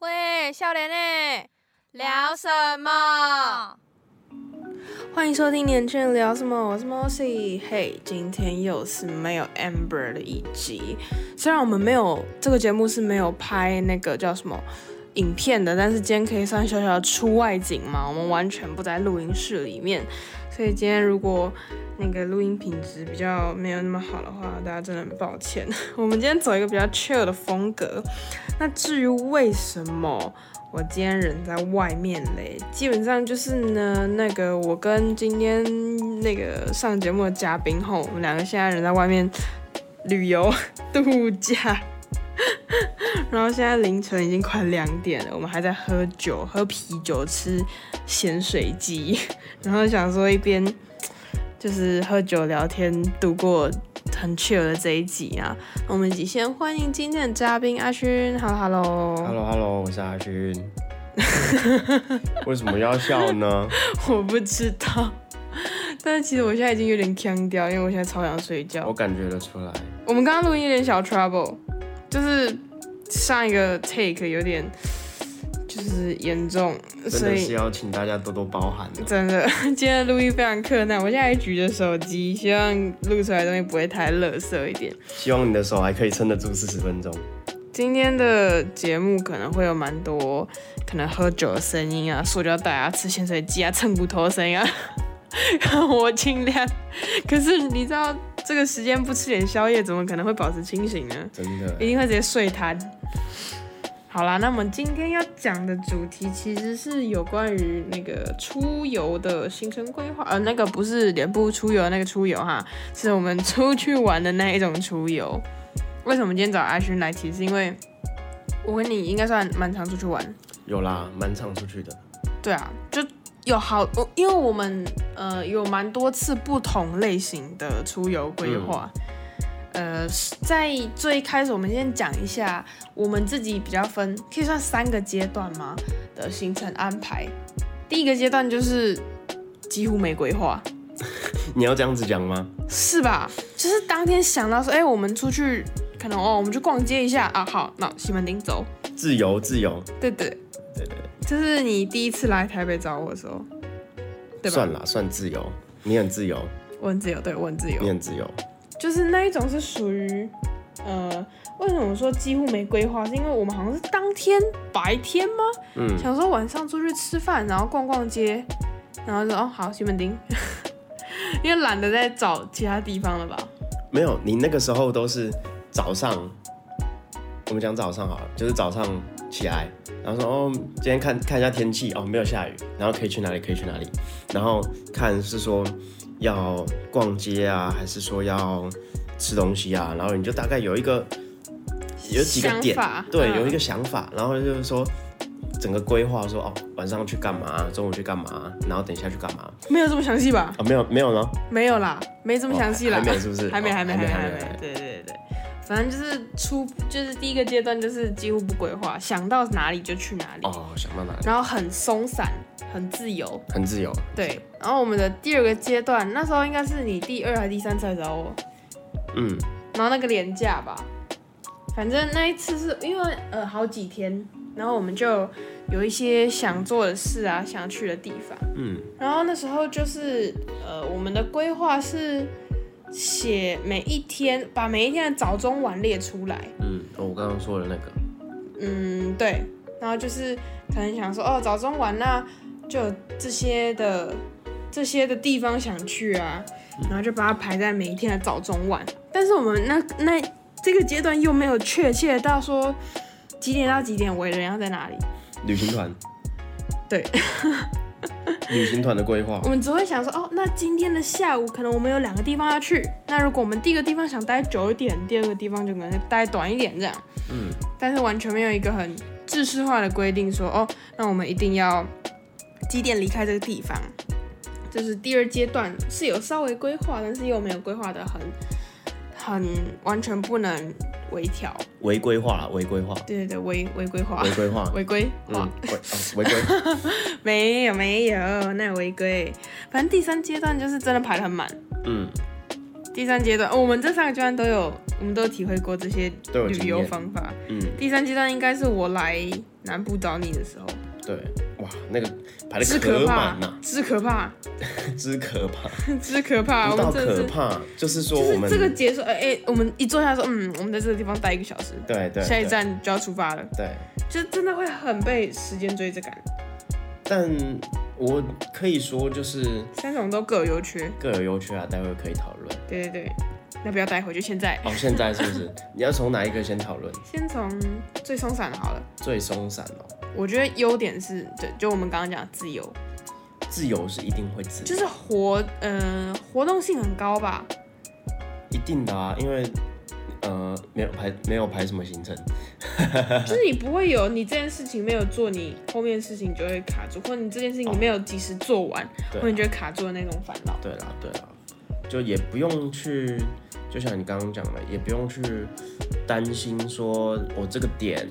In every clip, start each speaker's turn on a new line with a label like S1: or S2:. S1: 诶，少年诶，聊什么？
S2: 欢迎收听《年轻人聊什么》，我是 Mossy。嘿、今天又是没有 Amber 的一集。虽然我们没有这个节目是没有拍那个叫什么影片的，但是今天可以算小小的出外景嘛，我们完全不在录音室里面。所以今天如果那个录音品质比较没有那么好的话，大家真的很抱歉。我们今天走一个比较 chill 的风格。那至于为什么我今天人在外面嘞，基本上就是呢，那个我跟今天那个上节目的嘉宾吼，我们两个现在人在外面旅游度假。然后现在凌晨已经快两点了，我们还在喝酒，喝啤酒，吃咸水鸡，然后想说一边就是喝酒聊天度过很 chill 的这一集啊。我们一起先欢迎今天的嘉宾阿勋，Hello Hello，,
S3: Hello Hello，我是阿勋。 为什么要笑呢？
S2: 我不知道。 但是其实我现在已经有点腔掉，因为我现在超想睡觉。
S3: 我感觉得出来，
S2: 我们刚刚录音有点小 trouble，就是上一个 take 有点就是严重，
S3: 真
S2: 所
S3: 的
S2: 以
S3: 是要请大家多多包涵啊。
S2: 真的 今天的录音非常困难。我现在还举着手机，希望录出来的东西不会太垃圾一点。
S3: 希望你的手还可以撑得住四十分钟。
S2: 今天的节目可能会有蛮多可能喝酒的声音啊，塑胶袋啊，吃咸水鸡啊，蹭骨头的声音啊， 我尽量。可是你知道这个时间不吃点宵夜，怎么可能会保持清醒呢？
S3: 真的
S2: 一，定会直接睡瘫。好啦，那我们今天要讲的主题其实是有关于那个出游的行程规划，呃，那个不是脸部出游的那个出游哈，是我们出去玩的那一种出游。为什么今天找阿勋来提？是因为我跟你应该算蛮常出去玩，
S3: 有啦，蛮常出去的。
S2: 对啊，就有好，我因为我们呃有蛮多次不同类型的出游规划。呃，在最开始，我们先讲一下我们自己比较分，可以算三个阶段吗的行程安排。第一个阶段就是几乎没规划，
S3: 你要这样子讲吗？
S2: 是吧？就是当天想到说，哎、我们出去，可能哦，我们去逛街一下啊，好，那西门町走，
S3: 自由，自由。
S2: 对对，
S3: 对对
S2: 这是你第一次来台北找我的时候，对
S3: 对，
S2: 吧
S3: 算啦，算自由。你很自由，
S2: 我很自由，对我很自由
S3: 你，很自由。
S2: 就是那一种是属于，呃，为什么说几乎没规划？是因为我们好像是当天白天吗？
S3: 嗯，
S2: 想说晚上出去吃饭，然后逛逛街，然后就哦好西门町， 因为懒得再找其他地方了吧？
S3: 没有，你那个时候都是早上，我们讲早上好了，就是早上起来，然后说哦，今天看看一下天气，哦，没有下雨，然后可以去哪里，可以去哪里，然后看是说要逛街啊，还是说要吃东西啊，然后你就大概有一个有几个点
S2: 想法，
S3: 对，
S2: 嗯
S3: 有一个想法，然后就是说。整个规划说哦，晚上去干嘛，中午去干嘛，然后等一下去干嘛
S2: 没有这么详细吧
S3: 啊、？没有没有呢，
S2: 没有啦，没这么详细啦，
S3: 哦还还没是不是
S2: 还没，
S3: 哦
S2: 还没，
S3: 还没
S2: 还
S3: 还
S2: 没，
S3: 没
S2: 还
S3: 还
S2: 没
S3: 没
S2: 对对对，反正就是初，就是第一个阶段就是几乎不规划，想到哪里就去哪里，
S3: 哦，想到哪里，
S2: 然后很松散，很自由。
S3: 很自由，
S2: 对，然后我们的第二个阶段，那时候应该是你第二还是第三次来找我，
S3: 嗯，
S2: 然后那个廉价吧，反正那一次是因为呃好几天，然后我们就有一些想做的事啊，想去的地方，
S3: 嗯，
S2: 然后那时候就是呃我们的规划是写每一天，把每一天的早中晚列出来，
S3: 嗯，我刚刚说的那个，
S2: 嗯，对。然后就是可能想说，哦，早中晚那就有这些的这些的地方想去啊，然后就把它排在每一天的早中晚。但是我们那那这个阶段又没有确切到说几点到几点，我人要在哪里。
S3: 旅行团，
S2: 对，
S3: 旅行团的规划
S2: 我，们只会想说，哦，那今天的下午可能我们有两个地方要去，那如果我们第一个地方想待久一点，第二个地方就可能待短一点这样。
S3: 嗯，
S2: 但是完全没有一个很制式化的规定说，哦，那我们一定要几点离开这个地方。这是第二阶段，是有稍微规划，但是又没有规划的很很完全不能微调。
S3: 违规划啦，违规划，
S2: 对对对，违违规划
S3: 违，规划，
S2: 违规
S3: 嗯
S2: 划。，
S3: 违哦违规，
S2: 没有没有，那有违规。反正第三阶段就是真的排得很满，
S3: 嗯，
S2: 第三阶段、哦我们这三个阶段都有，我们都有体会过这些
S3: 都有
S2: 旅
S3: 经
S2: 游
S3: 验。
S2: 方法。
S3: 嗯，
S2: 第三阶段应该是我来南部找你的时候，
S3: 对，哇，那个排的
S2: 之
S3: 可
S2: 可
S3: 满
S2: 怕
S3: 呐，，
S2: 之可怕，
S3: 之可怕，
S2: 之可怕，
S3: 不
S2: 我
S3: 到
S2: 们真的
S3: 可
S2: 是。
S3: 怕，就是说
S2: 就
S3: 我
S2: 是
S3: 们
S2: 这个结束，哎、哎、我们一坐下说，嗯，我们在这个地方待一个小时，
S3: 对对
S2: 下一
S3: 对
S2: 站就要出发了，
S3: 对，
S2: 就真的会很被时间追着赶，
S3: 但我可以说就是
S2: 三种都各有优缺。
S3: 各有优缺啊，待会可以讨论。
S2: 对对对，那不要带回去，现在
S3: 哦，现在是 不是你要从哪一个先讨论？
S2: 先从最松散的好了。
S3: 最松散哦，
S2: 我觉得优点是，对，就我们刚刚讲的自由，
S3: 自由是一定会自由，
S2: 就是活，嗯、活动性很高 吧。
S3: 一定的啊，因为呃没有排没有排什么行程，
S2: 就是你不会有你这件事情没有做，你后面事情就会卡住，或者你这件事情
S3: 哦
S2: 你没有及时做完，
S3: 对
S2: 或
S3: 啊
S2: 者你就会卡住的那种烦恼。
S3: 对啦，对啦，就也不用去，就像你刚刚讲的，也不用去担心说我这个点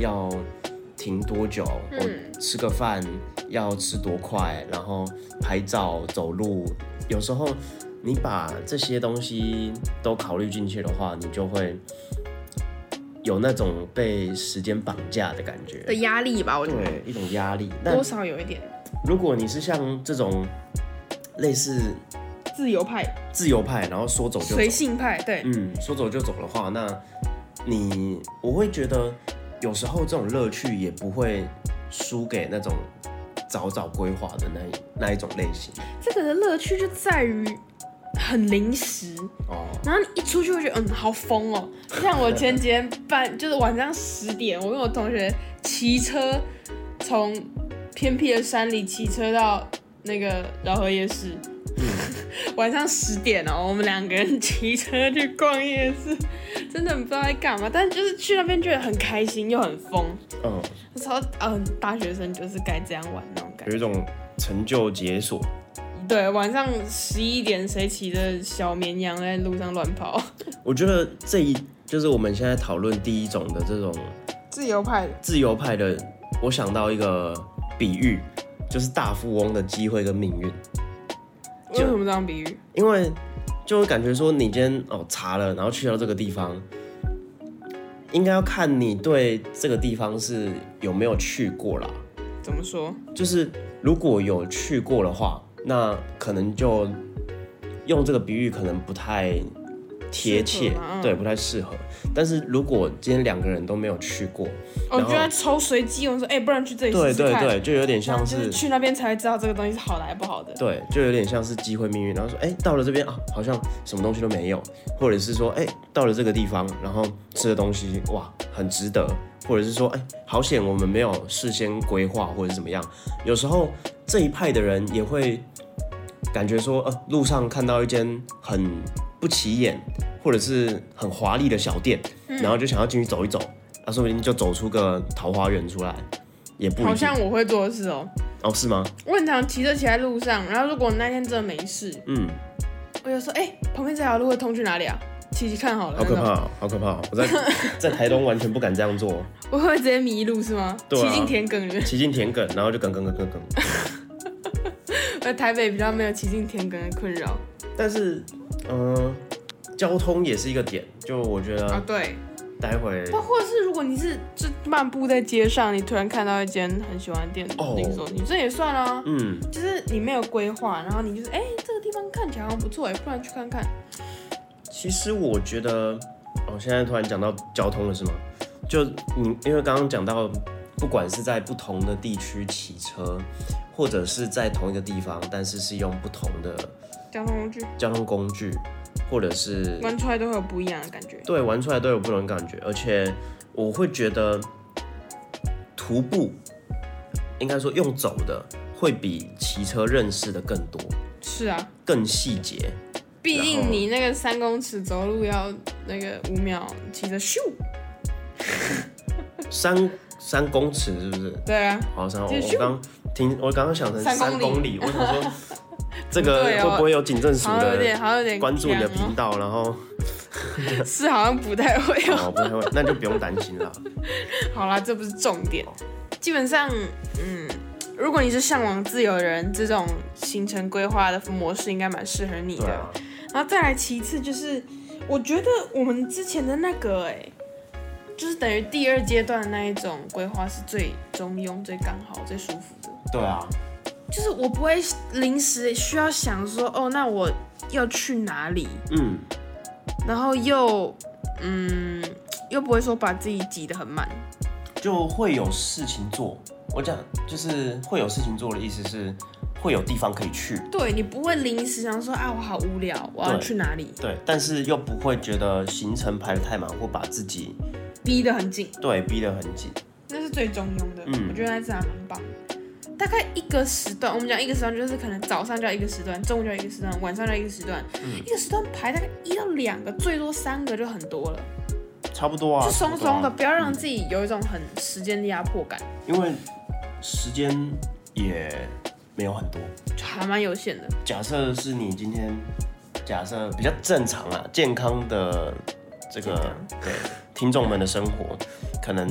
S3: 要停多久，我、吃个饭要吃多快，然后拍照、走路，有时候你把这些东西都考虑进去的话，你就会有那种被时间绑架的感觉
S2: 的，压力吧，我觉得
S3: 对，一种压力。但
S2: 多少有一点
S3: 如果你是像这种类似
S2: 自由派、
S3: 自由派，然后说走就
S2: 随
S3: 走，
S2: 性派，对，
S3: 嗯，说走就走的话，那你我会觉得有时候这种乐趣也不会输给那种早早规划的那一那一种类型
S2: 这个的乐趣就在于很临时，
S3: 哦。
S2: 然后你一出去会觉得，嗯，好疯哦！就像我前几天半，就是晚上十点，我跟我同学骑车从偏僻的山里骑车到那个饶河夜市，
S3: 嗯
S2: 晚上十点哦，我们两个人骑车去逛夜市，真的不知道在干嘛，但就是去那边觉得很开心又很疯，
S3: 嗯，
S2: 超嗯，大学生就是该这样玩那种感觉。
S3: 有一种成就解锁，
S2: 对，晚上十一点谁骑着小绵羊在路上乱跑？
S3: 我觉得这一就是我们现在讨论第一种的这种
S2: 自由派
S3: 自由派的，我想到一个比喻，就是大富翁的机会跟命运。
S2: 为什么这样比喻？
S3: 因为就会感觉说你今天哦查了，然后去到这个地方，应该要看你对这个地方是有没有去过啦。
S2: 怎么说？
S3: 就是如果有去过的话，那可能就用这个比喻可能不太贴切
S2: 适合吗，嗯
S3: 对，不太适合。但是如果今天两个人都没有去过，
S2: 哦，
S3: 然
S2: 就
S3: 后
S2: 在抽随机，我们说，哎、不然去这里
S3: 对
S2: 试试
S3: 对
S2: 看。
S3: 对，就有点
S2: 然后
S3: 像
S2: 就是是去那边才会知道这个东西是好的还是不好的。
S3: 对，就有点像是机会命运。然后说，哎、到了这边啊，好像什么东西都没有，或者是说，哎、到了这个地方，然后吃的东西哇，很值得，或者是说，哎、好险我们没有事先规划或者是怎么样。有时候这一派的人也会感觉说，呃，路上看到一间很不起眼或者是很华丽的小店，
S2: 嗯
S3: 然后就想要进去走一走，那、说不定就走出个桃花源出来，也不一定
S2: 好像我会做的事哦、
S3: 哦，是吗？
S2: 我很常骑车骑在路上，然后如果那天真的没事，
S3: 嗯。
S2: 我就说，哎、旁边这条路会通去哪里啊？骑骑看好了。
S3: 好可
S2: 那种！
S3: 怕、哦，好可怕、哦！ 我在在台东完全不敢这样做，
S2: 我会直接迷路是吗？
S3: 对啊
S2: 骑进田埂里面。
S3: 骑进田埂，然后就梗梗梗梗梗。
S2: 呃，台北比较没有骑进田埂的困扰。
S3: 但是，嗯、交通也是一个点，就我觉
S2: 啊，
S3: 得
S2: 对。
S3: 待会
S2: 那或者是如果你是就漫步在街上，你突然看到一间很喜欢的店，
S3: 哦
S2: 你说你这也算啊。
S3: 嗯，
S2: 就是你没有规划，然后你就是哎、这个地方看起来好像不错哎，不然去看看。
S3: 其实我觉得，哦，现在突然讲到交通了是吗？就你因为刚刚讲到，不管是在不同的地区骑车，或者是在同一个地方，但是是用不同的
S2: 交通工具
S3: 交通工具，或者是
S2: 玩出来都会有不一样的感觉。
S3: 对，玩出来都有不同的感觉，而且我会觉得徒步，应该说用走的会比骑车认识的更多，
S2: 是啊，
S3: 更细节。
S2: 毕
S3: 然后
S2: 竟你那个三公尺走路要那个五秒，骑着咻，
S3: 三三公尺是不是？
S2: 对啊，
S3: 好，三我
S2: 继
S3: 我
S2: 续
S3: 刚听我刚刚想成
S2: 三
S3: 三
S2: 公
S3: 公里，我想 说这个
S2: 对哦
S3: 会不会有警政署
S2: 好像有点，
S3: 的
S2: 好像有点
S3: 关注你的
S2: 凉哦
S3: 频道，然后
S2: 是好像不太会哦。
S3: 哦不太会，那就不用担心了。
S2: 好啦，这不是重点，
S3: 哦
S2: 基本上，嗯，如果你是向往自由的人，这种行程规划的模式应该蛮适合你
S3: 对
S2: 的。
S3: 啊，
S2: 然后再来其次就是，我觉得我们之前的那个哎、就是等于第二阶段的那一种规划是最中庸、最刚好、最舒服的。
S3: 对啊，
S2: 就是我不会临时需要想说，哦，那我要去哪里，
S3: 嗯，
S2: 然后又嗯，又不会说把自己挤得很满。
S3: 就会有事情做。我讲就是会有事情做的意思是会有地方可以去，
S2: 对你不会临时想说啊，我好无聊，我要
S3: 对
S2: 去哪里，
S3: 对，但是又不会觉得行程排得太满或把自己
S2: 逼得很紧，
S3: 对逼得很紧。
S2: 那是最中庸的。
S3: 嗯
S2: 我觉得那次还蛮棒的。大概一个时段，我们讲一个时段，就是可能早上叫一个时段，中午叫一个时段，晚上叫一个时段，
S3: 嗯
S2: 一个时段排大概一到两个，最多三个就很多了，
S3: 差不多啊，
S2: 就松松的，
S3: 差不多啊
S2: 不要让自己有一种很时间的压迫感，
S3: 因为时间也没有很多。
S2: 就还蛮有限的。
S3: 假设是你今天假设比较正常啊，健康的这
S2: 健
S3: 个
S2: 康
S3: 对听众们的生活，可能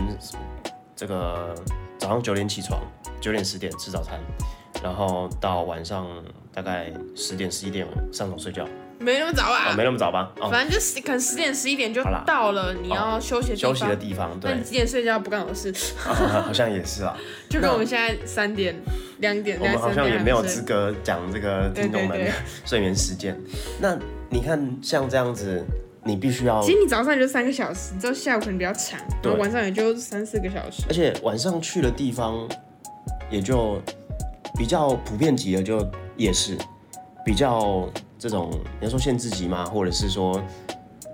S3: 这个早上九点起床，九点十点吃早餐，然后到晚上大概十点十一点上床睡觉，
S2: 没那么早
S3: 啊、
S2: 啊，
S3: 没那么早吧？哦，
S2: 反正就是可能十点十一点就
S3: 好啦哦
S2: 到了，你要休息的地
S3: 休
S2: 方。
S3: 息的地方，
S2: 那
S3: 对
S2: 你，几点睡觉不干我的事，
S3: 啊 好像也是啊。
S2: 就跟我们现在三点、两点、
S3: 我们
S2: 两
S3: 好
S2: 三
S3: 像
S2: 点
S3: 也
S2: 还
S3: 没有
S2: 睡
S3: 资格讲这个听众
S2: 对
S3: 们
S2: 对
S3: 的 睡眠时间。那你看，像这样子，你必须要
S2: 其，实你早上也就三个小时，你知道下午可能比较长，然
S3: 哦对
S2: 后晚上也就三四个小时。
S3: 而且晚上去的地方也就比较普遍级的，就夜市，比较这种你要说限制级嘛，或者是说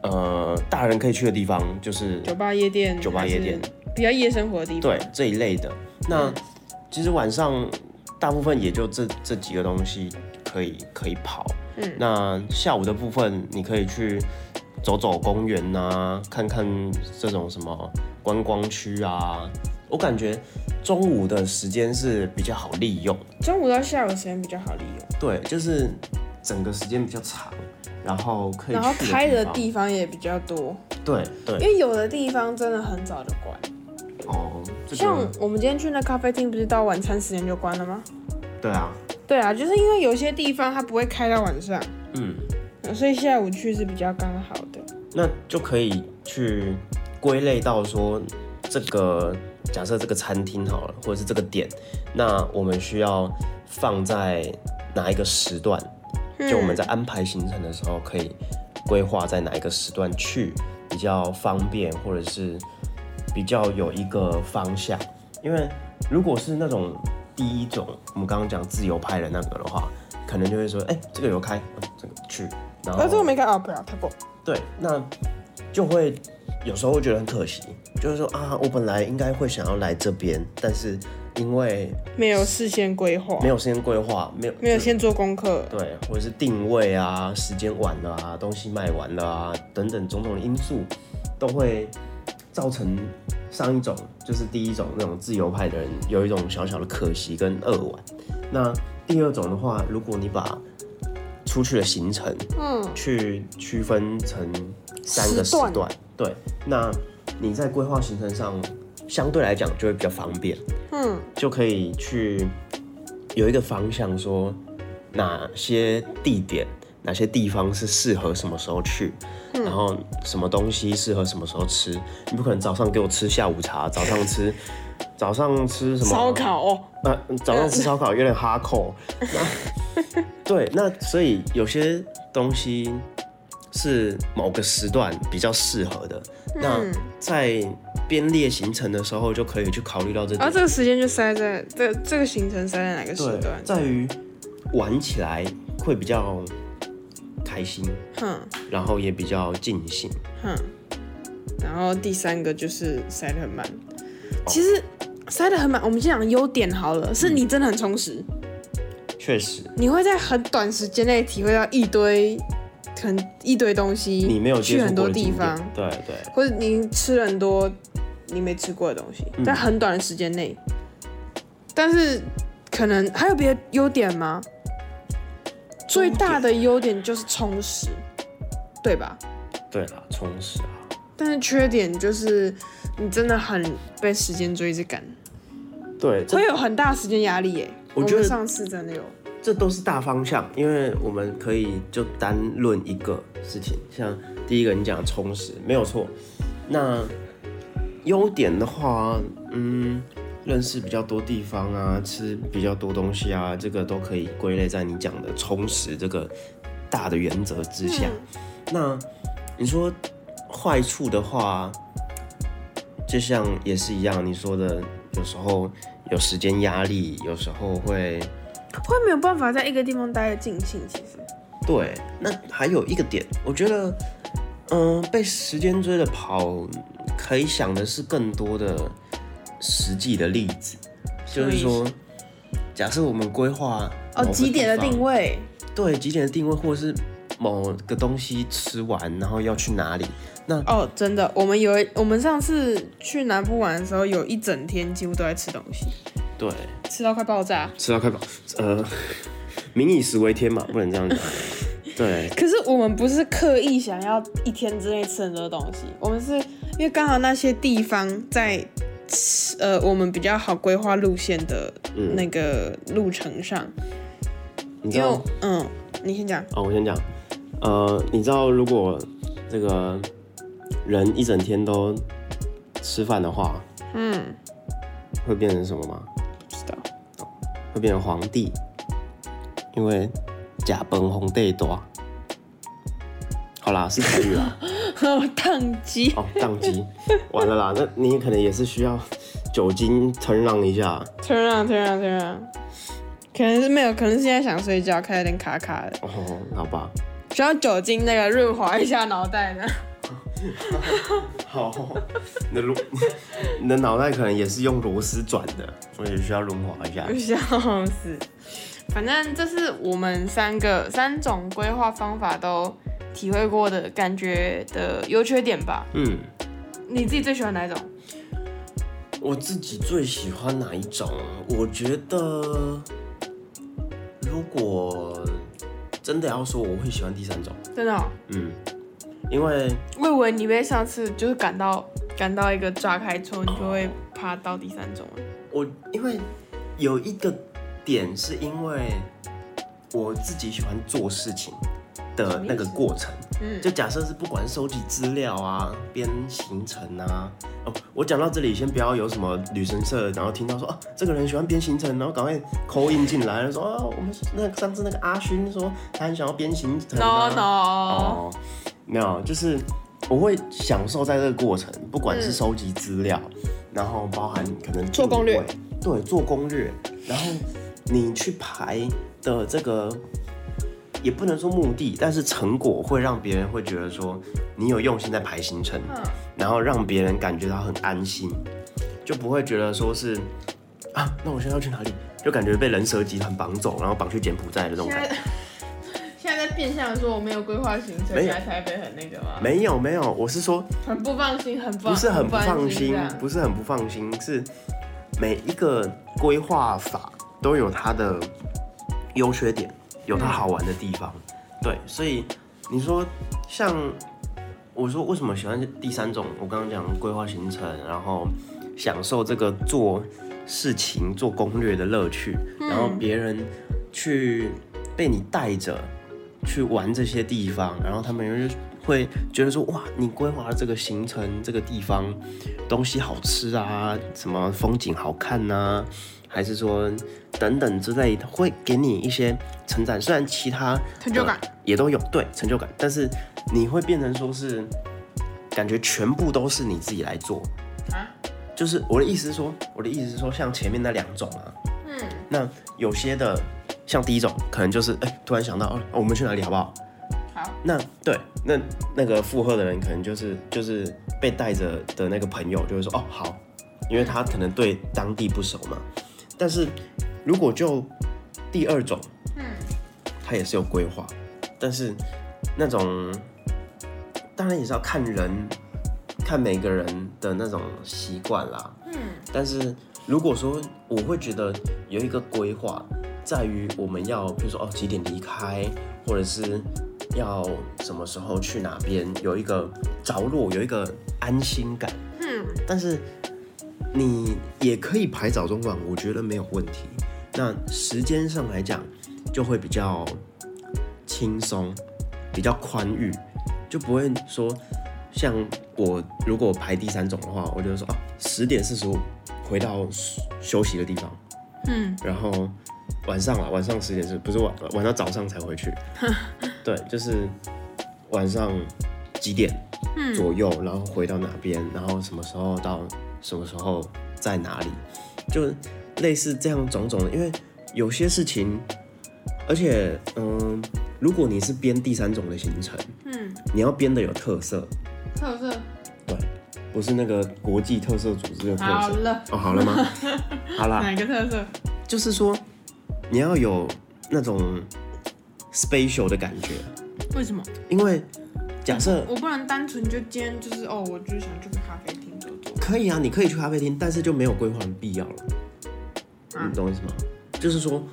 S3: 呃大人可以去的地方，就是
S2: 酒吧、夜店，
S3: 酒吧、夜店，，
S2: 比较夜生活的地方。
S3: 对这一类的。
S2: 嗯
S3: 那其实晚上大部分也就这这几个东西可以可以跑。
S2: 嗯，
S3: 那下午的部分，你可以去走走公园啊，看看这种什么观光区啊。我感觉中午的时间是比较好利用，
S2: 中午到下午的时间比较好利用，
S3: 对，就是整个时间比较长，然后可以
S2: 然后
S3: 去
S2: 开的
S3: 方
S2: 地方也比较多，
S3: 对
S2: 因
S3: 对
S2: 为有的地方真的很早就关，
S3: 哦，这
S2: 像
S3: 个
S2: 我们今天去那咖啡厅，不是到晚餐时间就关了吗？
S3: 对啊，
S2: 对啊，就是因为有些地方它不会开到晚上，
S3: 嗯，
S2: 所以下午去是比较刚好的。
S3: 那就可以去归类到说这个假设这个餐厅好了，或者是这个点，那我们需要放在哪一个时段？就我们在安排行程的时候，可以规划在哪一个时段去比较方便，或者是比较有一个方向。因为如果是那种第一种，我们刚刚讲自由派的那个的话，可能就会说，哎、这个有开，嗯这个去，然后
S2: 啊，这个没看啊，不要太过。
S3: 对，那就会有时候会觉得很可惜，就是说啊，我本来应该会想要来这边，但是因为
S2: 没有事先规划，
S3: 没有时间规划，没有
S2: 没有先做功课，
S3: 对，或者是定位啊、时间晚了啊、东西卖完了啊等等种种的因素，都会造成上一种就是第一种那种自由派的人有一种小小的可惜跟扼腕。那第二种的话，如果你把出去的行程
S2: 嗯，
S3: 去区分成三个时
S2: 时段
S3: 段，对，那你在规划行程上相对来讲就会比较方便。
S2: 嗯，
S3: 就可以去有一个方向，说哪些地点、哪些地方是适合什么时候去，
S2: 嗯
S3: 然后什么东西适合什么时候吃。你不可能早上给我吃下午茶，早上 吃早上吃什么
S2: 烧？烤、哦，
S3: 呃，早上吃烧烤有点哈 扣。那对，那所以有些东西是某个时段比较适合的。那
S2: 嗯
S3: 在编列行程的时候，就可以去考虑到这点
S2: 然后。这个时间就塞在这这个行程塞在哪个时
S3: 对，
S2: 段？
S3: 在于玩起来会比较开心，
S2: 哼
S3: 然后也比较尽兴。
S2: 哼。然后第三个就是塞得很满，
S3: 哦
S2: 其实塞得很满，我们先讲优点好了，
S3: 嗯
S2: 是你真的很充实，
S3: 确实，
S2: 你会在很短时间内体会到一堆，很一堆东西，
S3: 你没有接
S2: 去
S3: 触
S2: 很
S3: 过
S2: 多
S3: 的
S2: 地
S3: 景点
S2: 方，
S3: 对对，
S2: 或者你吃了很多你没吃过的东西，
S3: 嗯
S2: 在很短的时间内。但是可能还有别的优点吗？最大的优点就是充实，对吧？
S3: 对啦，充实啊，
S2: 但是缺点就是你真的很被时间追着赶，
S3: 对，这
S2: 会有很大时间压力耶。
S3: 我觉得
S2: 们上次真的有，
S3: 这都是大方向，因为我们可以就单论一个事情，像第一个你讲的充实没有错，那优点的话，嗯，认识比较多地方啊，吃比较多东西啊，这个都可以归类在你讲的充实这个大的原则之下。那你说坏处的话，就像也是一样，你说的，有时候有时间压力，有时候会
S2: 会没有办法在一个地方待得尽兴，其实
S3: 对。那还有一个点，我觉得，嗯、被时间追着跑，可以想的是更多的实际的例子，就是说，假设我们规划
S2: 哦
S3: 某个
S2: 几点的
S3: 地方
S2: 定位，
S3: 对几点的定位，或者是某个东西吃完，然后要去哪里？那
S2: 哦，真的，我们有一我们上次去南部玩的时候，有一整天几乎都在吃东西，
S3: 对，
S2: 吃到快爆炸。
S3: 吃到快饱，呃， 民以食为天嘛，不能这样讲。对，
S2: 可是我们不是刻意想要一天之内吃很多东西，我们是因为刚好那些地方在吃，呃，我们比较好规划路线的那个路程上，
S3: 嗯你知
S2: 因为
S3: 道
S2: 我嗯，你先讲，
S3: 哦，我先讲，呃，你知道如果这个人一整天都吃饭的话，
S2: 嗯，
S3: 会变成什么吗？
S2: 不知道，
S3: 会变成皇帝，因为假崩红地多。好啦，是台语啦。
S2: 我宕机，
S3: 哦，宕机，完了啦，那你可能也是需要酒精 turn on 一下。
S2: 突然突然突然，可能是没有，可能是现在想睡觉，开始有点卡卡的，
S3: 哦，好吧，
S2: 需要酒精那个润滑一下脑袋的。
S3: 好， 你的螺， 你的脑袋可能也是用螺丝转的，所以需要润滑一下
S2: 不。 笑死！反正这是我们三个三种规划方法都体会过的感觉的优缺点吧。
S3: 嗯，
S2: 你自己最喜欢哪一种？
S3: 我自己最喜欢哪一种？啊我觉得，如果真的要说，我会喜欢第三种。
S2: 真的、哦，
S3: 嗯，因为
S2: 我以为你被上次就是感到感到一个炸开之后，你就会爬到第三种了。
S3: 我因为有一个点是因为我自己喜欢做事情的那个过程，
S2: 嗯
S3: 就假设是不管收集资料啊、编行程啊，哦，我讲到这里先不要有什么旅行社，然后听到说啊这个人喜欢编行程，然后赶快扣印进来，说啊我们那个上次那个阿勋说他很想要编行程、啊
S2: No no，、
S3: 哦，没有，就是我会享受在这个过程，不管是
S2: 嗯
S3: 收集资料，然后包含可能
S2: 做攻略
S3: 定位，对，做攻略，然后你去排的这个。也不能说目的，但是成果会让别人会觉得说你有用心在排行程，
S2: 嗯
S3: 然后让别人感觉到很安心，就不会觉得说是啊，那我现在要去哪里？就感觉被人蛇集团绑走，然后绑去柬埔寨的这种
S2: 现
S3: 感觉。
S2: 在现在在变相说我没有规划行程，
S3: 没有
S2: 来台北很那个吗？
S3: 没有没有，我是说
S2: 很不放心，很不
S3: 不是很不
S2: 不
S3: 放心啊
S2: 这样，
S3: 不是很不放心，是每一个规划法都有它的优缺点，有它好玩的地方。对，所以你说像我说为什么喜欢第三种？我刚刚讲规划行程，然后享受这个做事情、做攻略的乐趣，然后别人去被你带着去玩这些地方，然后他们就会觉得说哇，你规划了这个行程，这个地方东西好吃啊，什么风景好看呐、还是说等等之类的，会给你一些成长。虽然其他
S2: 成就感
S3: 的也都有，对成就感，但是你会变成说是感觉全部都是你自己来做。
S2: 啊，
S3: 就是我的意思是说，我的意思是说，像前面那两种啊，
S2: 嗯，
S3: 那有些的像第一种，可能就是哎、突然想到，哦，我们去哪里好不好？
S2: 好，
S3: 那对，那那个附和的人可能就是就是被带着的那个朋友就会说哦好，因为他可能对当地不熟嘛。但是如果就第二种，
S2: 嗯，
S3: 他也是有规划，但是那种当然也是要看人，看每个人的那种习惯啦。嗯，但是如果说我会觉得有一个规划，在于我们要比如说哦几点离开，或者是要什么时候去哪边，有一个着落，有一个安心感。
S2: 嗯，
S3: 但是你也可以排早中晚，我觉得没有问题。那时间上来讲，就会比较轻松，比较宽裕，就不会说像我如果排第三种的话，我就说啊，十点四十五回到休息的地方，嗯，然后晚上啊，晚上十点是不是晚晚到早上才 回去？对，就是晚上几点
S2: 嗯
S3: 左右，然后回到哪边，然后什么时候到什么时候在哪里，就类似这样种种的，因为有些事情，而且嗯，如果你是编第三种的行程，
S2: 嗯，
S3: 你要编的有特色，
S2: 特色
S3: 对，不是那个国际特色组织的特
S2: 好
S3: 色。啊
S2: 了，
S3: 哦，好 了吗？好啦，
S2: 哪个特色？
S3: 就是说你要有那种 special 的感觉，
S2: 为什么？
S3: 因为假设
S2: 我不能单纯就今天就是哦，我就是想去个咖啡厅走走。
S3: 可以啊，你可以去咖啡厅，但是就没有规划的必要了。
S2: 嗯
S3: 你懂我意思吗？就是说，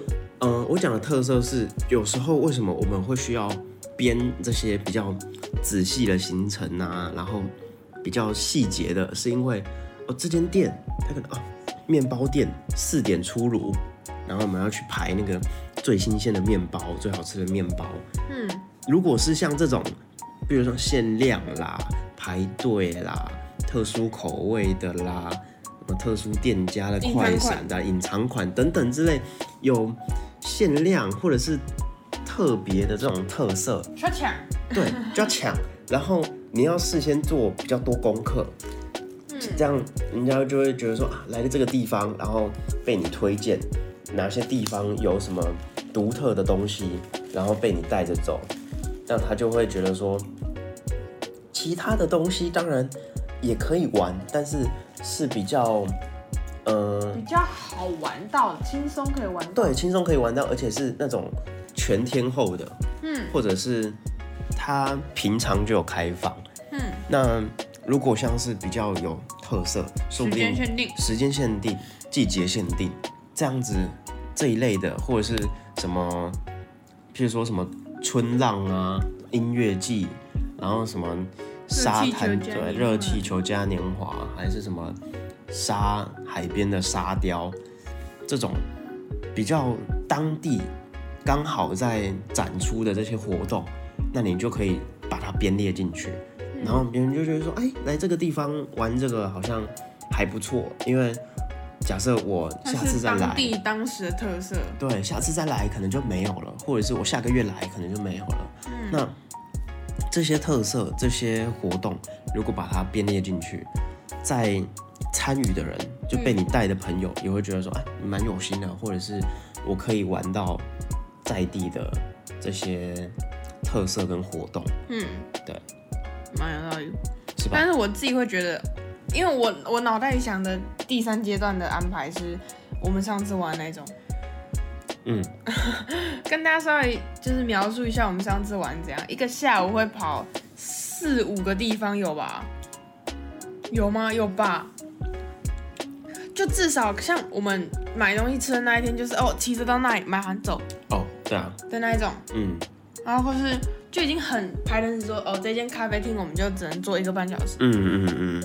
S3: 嗯、我讲的特色是，有时候为什么我们会需要编这些比较仔细的行程啊，然后比较细节的，是因为哦，这间店它可能啊，面包店四点出炉，然后我们要去排那个最新鲜的面包，最好吃的面包。
S2: 嗯，
S3: 如果是像这种，比如说限量啦、排队啦、特殊口味的啦、什么特殊店家的快闪的隐藏款等等之类，有限量或者是特别的这种特色，
S2: 小抢。
S3: 对，就要抢。然后你要事先做比较多功课，这样人家就会觉得说啊，来了这个地方，然后被你推荐哪些地方有什么独特的东西，然后被你带着走，那他就会觉得说，其他的东西当然也可以玩，但是是比较，嗯、
S2: 比较好玩到轻松可以玩到。
S3: 对，轻松可以玩到，而且是那种全天候的，嗯，或者是它平常就有开放，嗯，那如果像是比较有特色，说不定
S2: 限定
S3: 时间限定、季节限定这样子这一类的，或者是什么，譬如说什么春浪啊、音乐季，然后什么沙滩
S2: 热气球嘉
S3: 对
S2: 年华
S3: 热气球嘉年华，还是什么沙海边的沙雕，这种比较当地刚好在展出的这些活动，那你就可以把它编列进去。
S2: 嗯
S3: 然后别人就觉得说，哎、来这个地方玩这个好像还不错，因为假设我
S2: 它
S3: 下次
S2: 是
S3: 再来
S2: 当，地当时的特色。
S3: 对，下次再来可能就没有了，或者是我下个月来可能就没有了。
S2: 嗯
S3: 那这些特色、这些活动，如果把它编列进去，在参与的人就被
S2: 嗯
S3: 你带的朋友也会觉得说，哎，你蛮有心的，或者是我可以玩到在地的这些特色跟活动，
S2: 嗯，
S3: 对，
S2: 蛮有道理。
S3: 是吧
S2: 但？是我自己会觉得，因为我我脑袋里想的第三阶段的安排是我们上次玩那种，
S3: 嗯，
S2: 跟大家稍微就是描述一下我们上次玩怎样，一个下午会跑四五个地方有吧？有吗？有吧？就至少像我们买东西吃的那一天，就是哦，骑车到那里买完走
S3: 哦，对啊，
S2: 的那一种，
S3: 嗯
S2: 然后或是就已经很排的是说，哦，这间咖啡厅我们就只能坐一个半小时，
S3: 嗯嗯嗯，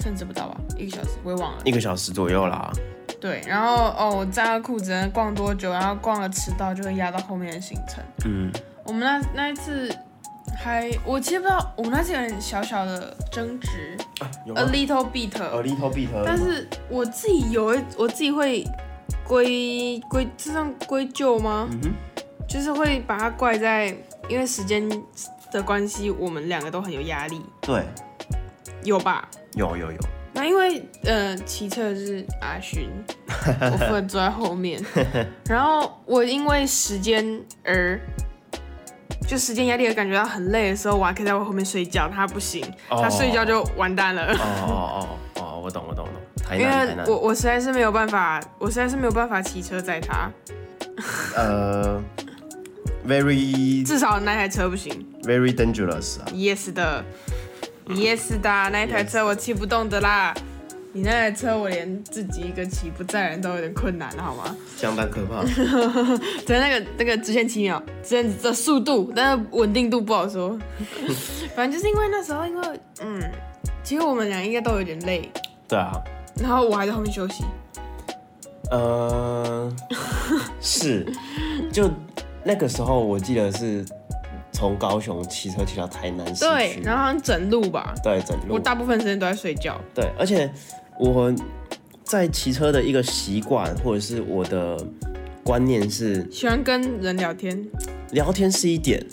S2: 甚至不到吧，一个小时，我也忘了。
S3: 一个小时左右啦，
S2: 对，然后哦，我扎个裤子能逛多久，然后逛了迟到就会压到后面的行程。
S3: 嗯
S2: 我们那那一次还，我其实不知道，我们那次有点小小的争执
S3: 啊，有呃
S2: ，a little bit，、
S3: 耳力头 beat，
S2: 呃但是我自己有一，我自己会归归，这算归咎吗？
S3: 嗯哼。
S2: 就是会把它怪在，因为时间的关系，我们两个都很有压力，
S3: 对，
S2: 有吧？
S3: 有有有，
S2: 那因为呃，骑车的是阿勋，我负责坐在后 面，然后我因为时间而就时间压力而感觉到很累的时候，我还可以在我后面睡觉，他不行，
S3: 哦
S2: 他睡觉就完蛋了。
S3: 哦哦哦哦，我懂我懂我懂，台
S2: 因
S3: 南
S2: 为
S3: 台南
S2: 我，我实在是没有办法，我实在是没有办法骑车载他，
S3: 呃，very
S2: 至少那台车不行。
S3: very dangerous 啊，
S2: Yes 的，Yes 的，啊那一台
S3: Yes
S2: 车我骑不动的啦。你那台车我连自己一个骑不载人都有点困难，好吗？
S3: 相当可怕。
S2: 对，那个那个直线七秒，直线的速度，但是稳定度不好 说。反正就是因为那时候，因为嗯，其实我们俩应该都有点累，
S3: 对啊，
S2: 然后我还在后面休息。
S3: 呃，是，就那个时候我记得是从高雄骑车骑到台南市
S2: 对
S3: 区，，
S2: 然后好像整路吧，
S3: 对整路
S2: 我大部分时间都在睡觉。
S3: 对，而且我在骑车的一个习惯，或者是我的观念是，
S2: 喜欢跟人聊天，
S3: 聊天是一点，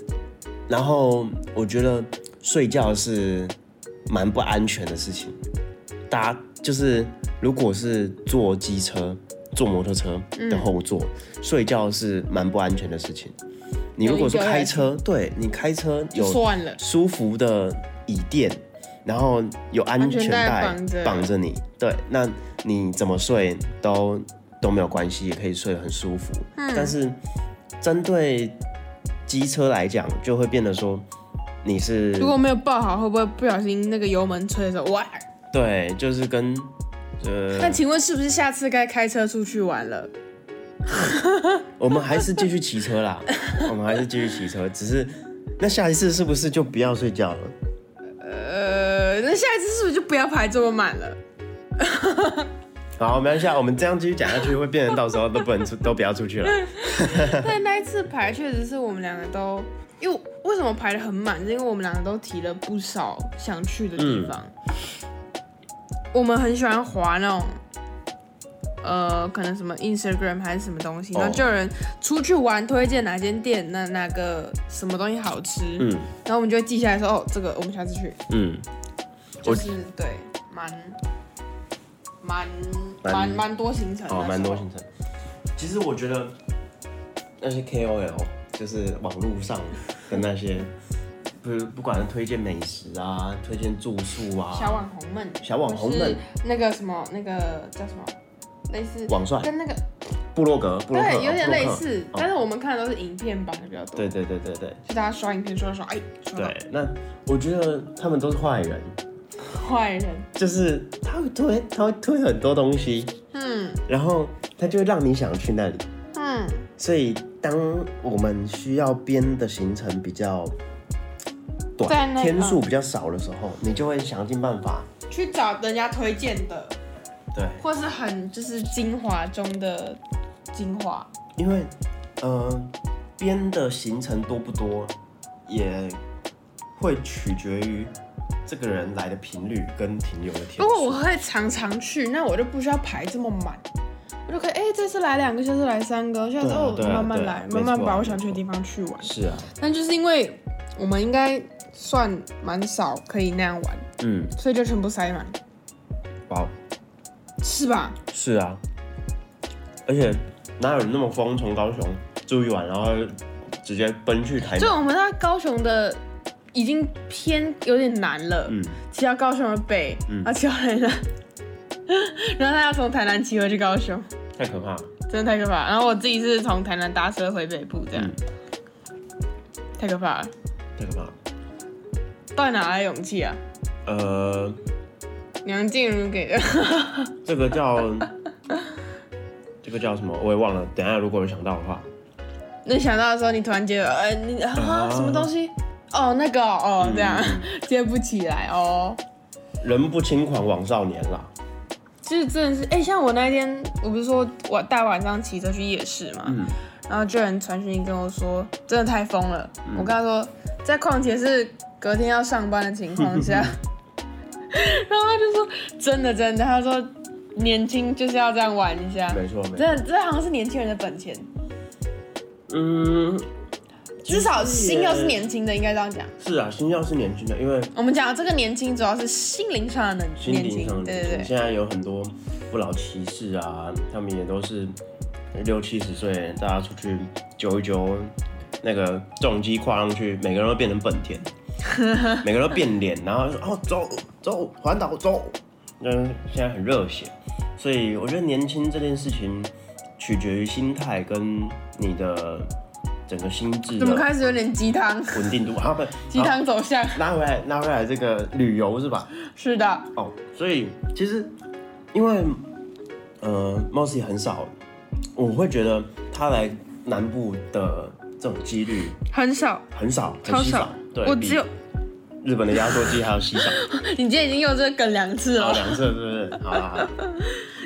S3: 然后我觉得睡觉是蛮不安全的事情。大家就是如果是坐机车、坐摩托车的后座，睡觉是蛮不安全的事情。你如果说开车，对你开车
S2: 就
S3: 有
S2: 算了。
S3: 舒服的椅垫，然后有安全带
S2: 安全带绑着
S3: 绑着你，对，那你怎么睡都都没有关系，也可以睡得很舒服。
S2: 嗯
S3: 但是针对机车来讲，就会变得说你是
S2: 如果没有抱好，会不会不小心那个油门吹的时候，哇？
S3: 对，就是跟呃，
S2: 那请问是不是下次该开车出去玩了？
S3: 我们还是继续骑 车啦，我们还是继续骑车，只是那下一次是不是就不要睡觉了？
S2: 呃，那下一次是不是就不要排这么满了？
S3: 好，没关系啊，我们这样继续讲下去，会变成到时候都不能出，都不要出去了。
S2: 但那一次排确实是我们两个都，因为为什么排的很满，是因为我们两个都提了不少想去的地方。
S3: 嗯
S2: 我们很喜欢滑那种，呃，可能什么 Instagram 还是什么东西，
S3: 哦
S2: 然后就有人出去玩推荐哪间店，那哪个什么东西好吃，
S3: 嗯
S2: 然后我们就会记下来说，哦，这个我们下次去，
S3: 嗯。我
S2: 就是对，蛮蛮
S3: 蛮
S2: 蛮蛮多行程的，
S3: 哦，蛮多行程。其实我觉得那些 KOL 就是网络上的那些，不是不管是推荐美食啊，推荐住宿
S2: 小
S3: 啊，
S2: 网红们，
S3: 小网红们，
S2: 那个什么那个叫什么，类似
S3: 网帅、
S2: 跟那个
S3: 部落格、部落客，
S2: 对有点
S3: 哦
S2: 类似，
S3: 部落
S2: 但
S3: 客
S2: 是
S3: 哦
S2: 我们看的都是影片版的比较多，
S3: 对对对对对
S2: 就大家刷影片刷刷，哎，刷到
S3: 对。那我觉得他们都是坏人，
S2: 坏人，
S3: 就是他会推，他会推很多东西，
S2: 嗯
S3: 然后他就会让你想去那里。
S2: 嗯，
S3: 所以，当我们需要编的行程比较
S2: 在
S3: 短，
S2: 那个
S3: 天数比较少的时候，你就会想尽办法。
S2: 去找人家推荐的，
S3: 对，
S2: 或是很就是精华中的精华，
S3: 因为，呃，编的行程多不多，也会取决于这个人来的频率跟停留的天
S2: 如果我
S3: 数。
S2: 会常常去，那我就不需要排这么满，我就可以哎、这次来两个，下次来三个，下次
S3: 对啊
S2: 哦、
S3: 对啊
S2: 慢慢
S3: 对啊
S2: 来，
S3: 没
S2: 慢慢
S3: 错啊
S2: 把我
S3: 没
S2: 想去的
S3: 错
S2: 地方去玩。
S3: 是啊，
S2: 但就是因为我们应该算蛮少可以那样玩，
S3: 嗯，
S2: 所以就全部塞满，
S3: 哇哦，
S2: 是吧？
S3: 是啊，而且哪有人那么疯，从高雄住一晚，然后直接奔去台
S2: 就
S3: 南？
S2: 我们在高雄的已经偏有点难了，
S3: 嗯，
S2: 骑到高雄的北，啊
S3: 嗯
S2: 然后骑到台南， 然后他要从台南骑回去高雄，
S3: 太可怕了。
S2: 真的太可怕了。然后我自己是从台南搭车回北部，这样、
S3: 嗯
S2: 太可怕了。
S3: 太可怕了。
S2: 到底哪来的勇气啊？
S3: 呃，
S2: 梁静茹给的，
S3: 这个叫这个叫什么？我也忘了。等一下如果有想到的话，
S2: 那想到的时候，你突然觉得，呃，你啊
S3: 啊
S2: 什么东西？哦，那个哦，哦这样、
S3: 嗯
S2: 接不起来哦。
S3: 人不轻狂枉少年啦。
S2: 就是真的是，哎、像我那一天，我不是说我大晚上骑车去夜市嘛，
S3: 嗯
S2: 然后就有人传讯息跟我说，真的太疯了。我跟他说，在况且是隔天要上班的情况 下，然后他就说，真的真的，他说年轻就是要这样玩一下，
S3: 没错没错。
S2: 真的这好像是年轻人的本钱，
S3: 嗯，
S2: 至少心要是嗯
S3: 也
S2: 年轻的，应该这样讲。
S3: 是啊，心要是年轻的，因为
S2: 我们讲的这个年轻，主要是心灵上的
S3: 心
S2: 年
S3: 灵上
S2: 轻，
S3: 的
S2: 对
S3: 年
S2: 对
S3: 轻
S2: 对，
S3: 现在有很多不老骑士啊，他们也都是六七十岁，大家出去揪一揪。那个重机跨上去，每个人都变成本 田，每个人都变脸，然后说哦走走环岛走，嗯，现在很热血，所以我觉得年轻这件事情取决于心态跟你的整个心智
S2: 怎么
S3: 的
S2: 开始有点鸡汤？
S3: 稳定度。啊不，
S2: 鸡
S3: 好
S2: 汤走向
S3: 拉回来，拉回来这个旅游是吧？
S2: 是的，
S3: 哦，所以其实因为呃，Mossy 很少，我会觉得他来南部的这种几率
S2: 很少，
S3: 很少，
S2: 超
S3: 很稀
S2: 少
S3: 少。对，
S2: 我
S3: 比
S2: 只有
S3: 日本的压缩机还要 稀少。
S2: 你今天已经用这个梗两次
S3: 好，
S2: 了，
S3: 两侧是不是？好啦好啦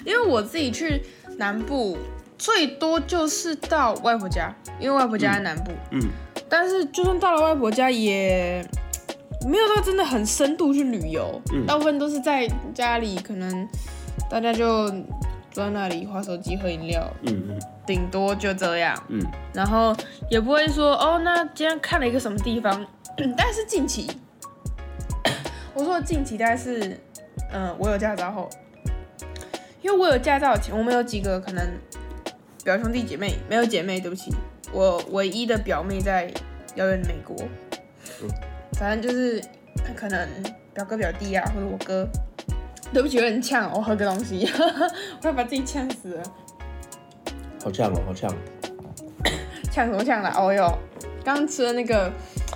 S2: 因为我自己去南部最多就是到外婆家，因为外婆家在南部。
S3: 嗯
S2: 但是就算到了外婆家，也没有到真的很深度去旅游，
S3: 嗯
S2: 大部分都是在家里，可能大家就坐在那里划手机、喝饮料，
S3: 嗯嗯
S2: 顶多就这样。
S3: 嗯，
S2: 然后也不会说哦，那今天看了一个什么地方， 但是近期， 我说的近期大概是，嗯、我有驾照后，因为我有驾照前，我们有几个可能表兄弟姐妹，没有姐妹，对不起，我唯一的表妹在遥远的美国，反正就是可能表哥表弟啊，或者我哥。对不起，有点呛，我喝个东西， 我要把自己呛死了。
S3: 好呛哦，好呛。
S2: 呛什么呛啦？哦哟，刚吃的那个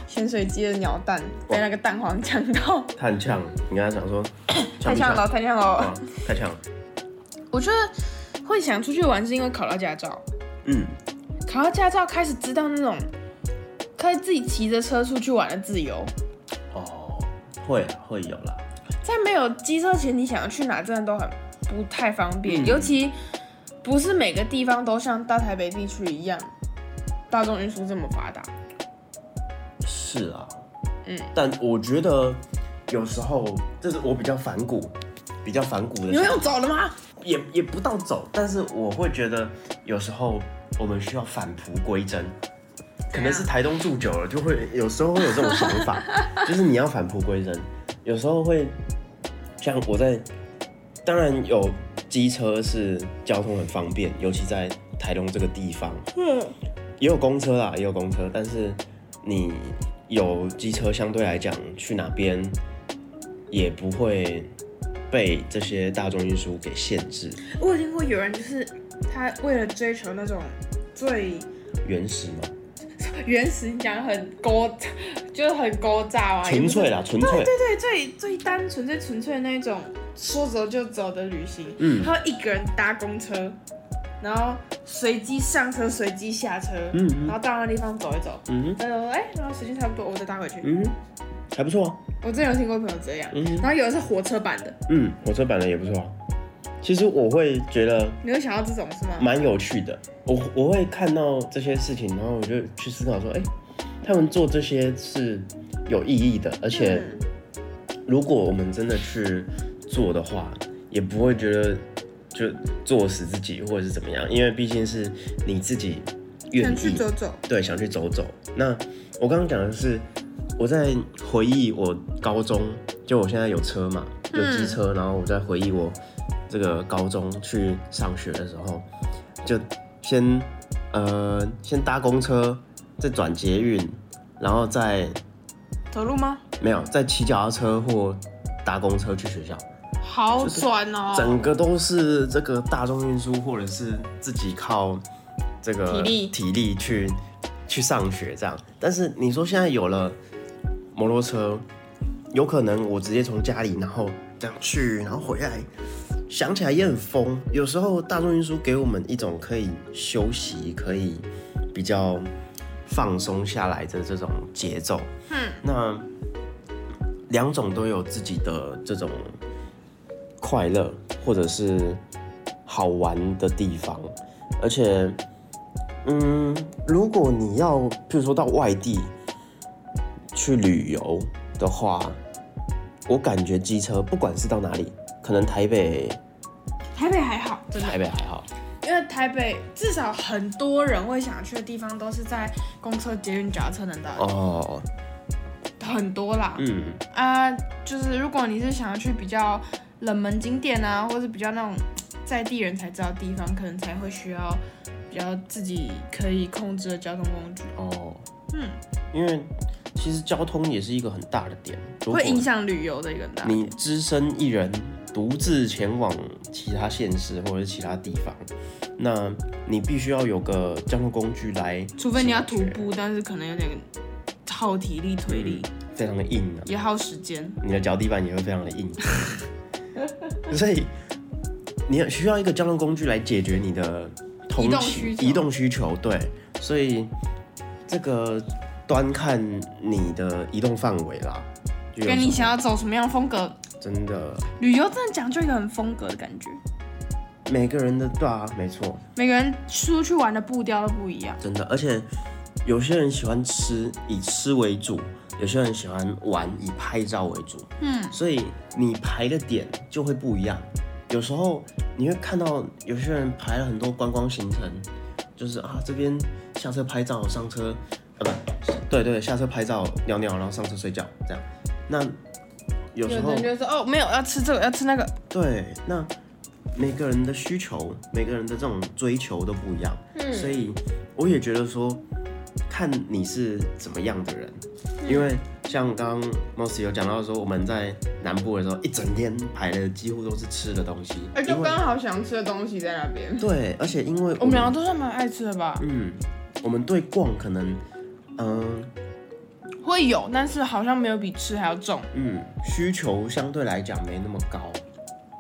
S2: 咸水鸡的鸟蛋，被那个蛋黄呛到，
S3: 他很呛，你跟他讲说，
S2: 太
S3: 不
S2: 呛了，，太呛了
S3: 啊。，太呛了。
S2: 我觉得会想出去玩是因为考到驾照，
S3: 嗯，
S2: 考到驾照开始知道那种可以自己骑着车出去玩的自由。
S3: 哦，会啊，会有啦。
S2: 在没有机车前，你想要去哪真的都很不太方便，
S3: 嗯
S2: 尤其不是每个地方都像大台北地区一样大众运输这么发达。
S3: 是啊，
S2: 嗯，
S3: 但我觉得有时候这是我比较反骨，比较反骨的
S2: 你
S3: 想
S2: 们
S3: 法，
S2: 要走了吗？
S3: 也也不到走，但是我会觉得有时候我们需要返璞归真。可能是台东住久了，就会有时候会有这种想 法，就是你要返璞归真。有时候会像我在，当然有机车是交通很方便，尤其在台东这个地方，
S2: 嗯，
S3: 也有公车啦，也有公车，但是你有机车，相对来讲去哪边也不会被这些大众运输给限制。
S2: 我有听过有人就是他为了追求那种最
S3: 原始嘛，
S2: 原始，你讲很勾，就是很勾炸嘛，
S3: 纯粹啦，纯粹，
S2: 也不是，对对，最最单纯、最纯粹的那一种说走就走的旅行。
S3: 嗯
S2: 他会一个人搭公车，然后随机上车，随机下车，
S3: 嗯嗯
S2: 然后到那地方走一走，
S3: 嗯
S2: 走走走，哎，然后时间差不多，我再搭回去。
S3: 嗯，还不错、啊，
S2: 我之前有听过朋友这样，
S3: 嗯
S2: 然后有的是火车版的，
S3: 嗯，火车版的也不错、啊。其实我会觉得
S2: 你会想要这种是吗？
S3: 蛮有趣的，我我会看到这些事情，然后我就去思考说，哎、他们做这些是有意义的，而且、
S2: 嗯
S3: 如果我们真的去做的话，也不会觉得就做死自己或者是怎么样，因为毕竟是你自己愿
S2: 想去
S3: 意
S2: 走走，
S3: 对想去走走。那我刚刚讲的是我在回忆我高中，就我现在有车嘛，有机车，然后我在回忆我这个高中去上学的时候，就先呃先搭公车，再转捷运，然后再
S2: 走路吗？
S3: 没有，在骑脚踏车或搭公车去学校，
S2: 好转哦，
S3: 整个都是这个大众运输，或者是自己靠这个
S2: 体力
S3: 体力去去上学这样。但是你说现在有了摩托车，有可能我直接从家里然后这样去，然后回来，想起来也很疯。有时候大众运输给我们一种可以休息，可以比较放松下来的这种节奏。
S2: 嗯，
S3: 那两种都有自己的这种快乐或者是好玩的地方，而且，嗯，如果你要，譬如说到外地去旅游的话，我感觉机车不管是到哪里，可能台北
S2: 台北还好，真的。
S3: 台北还好，
S2: 因为台北至少很多人会想去的地方都是在公车、捷运、脚踏车能到的，
S3: 哦，
S2: 很多啦。
S3: 嗯
S2: 啊，就是如果你是想要去比较冷门景点啊，或是比较那种在地人才知道的地方，可能才会需要比较自己可以控制的交通工具，
S3: 哦，
S2: 嗯，
S3: 因为其实交通也是一个很大的点，如果
S2: 会影响旅游的一个大
S3: 你
S2: 点。
S3: 只身一人独自前往其他县市或者是其他地方，那你必须要有个交通工具来，
S2: 除非你要徒，步，但是可能有点耗体力、腿力，
S3: 非常的硬啊，
S2: 也耗时间。
S3: 你的脚底板也会非常的硬， 所以你很需要一个交通工具来解决你的通
S2: 移动
S3: 勤
S2: 需求
S3: 移动需求，对，所以这个端看你的移动范围啦，就有
S2: 跟
S3: 时
S2: 你
S3: 候
S2: 想要走什么样风格，
S3: 真的
S2: 旅游真的讲究一个很风格的感觉。
S3: 每个人的对啊，没错，
S2: 每个人出去玩的步调都不一样。
S3: 真的。而且有些人喜欢吃，以吃为主；有些人喜欢玩，以拍照为主。
S2: 嗯，
S3: 所以你排的点就会不一样。有时候你会看到有些人排了很多观光行程，就是啊这边下车拍照，上车啊不，对对，下车拍照尿尿，然后上车睡觉这样。那有
S2: 有
S3: 时
S2: 的
S3: 候
S2: 人就说哦，没有要吃这个，要吃那个。
S3: 对，那每个人的需求，每个人的这种追求都不一样，
S2: 嗯
S3: 所以我也觉得说，看你是怎么样的人，
S2: 嗯
S3: 因为像刚刚 Moss 有讲到说，我们在南部的时候，一整天排的几乎都是吃的东西，
S2: 而且
S3: 因为
S2: 哎刚好想吃的东西在那边。
S3: 对，而且因为
S2: 我们两个都算蛮爱吃的吧？
S3: 嗯，我们对逛可能，嗯、
S2: 会有，但是好像没有比吃还要重，
S3: 嗯，需求相对来讲没那么高，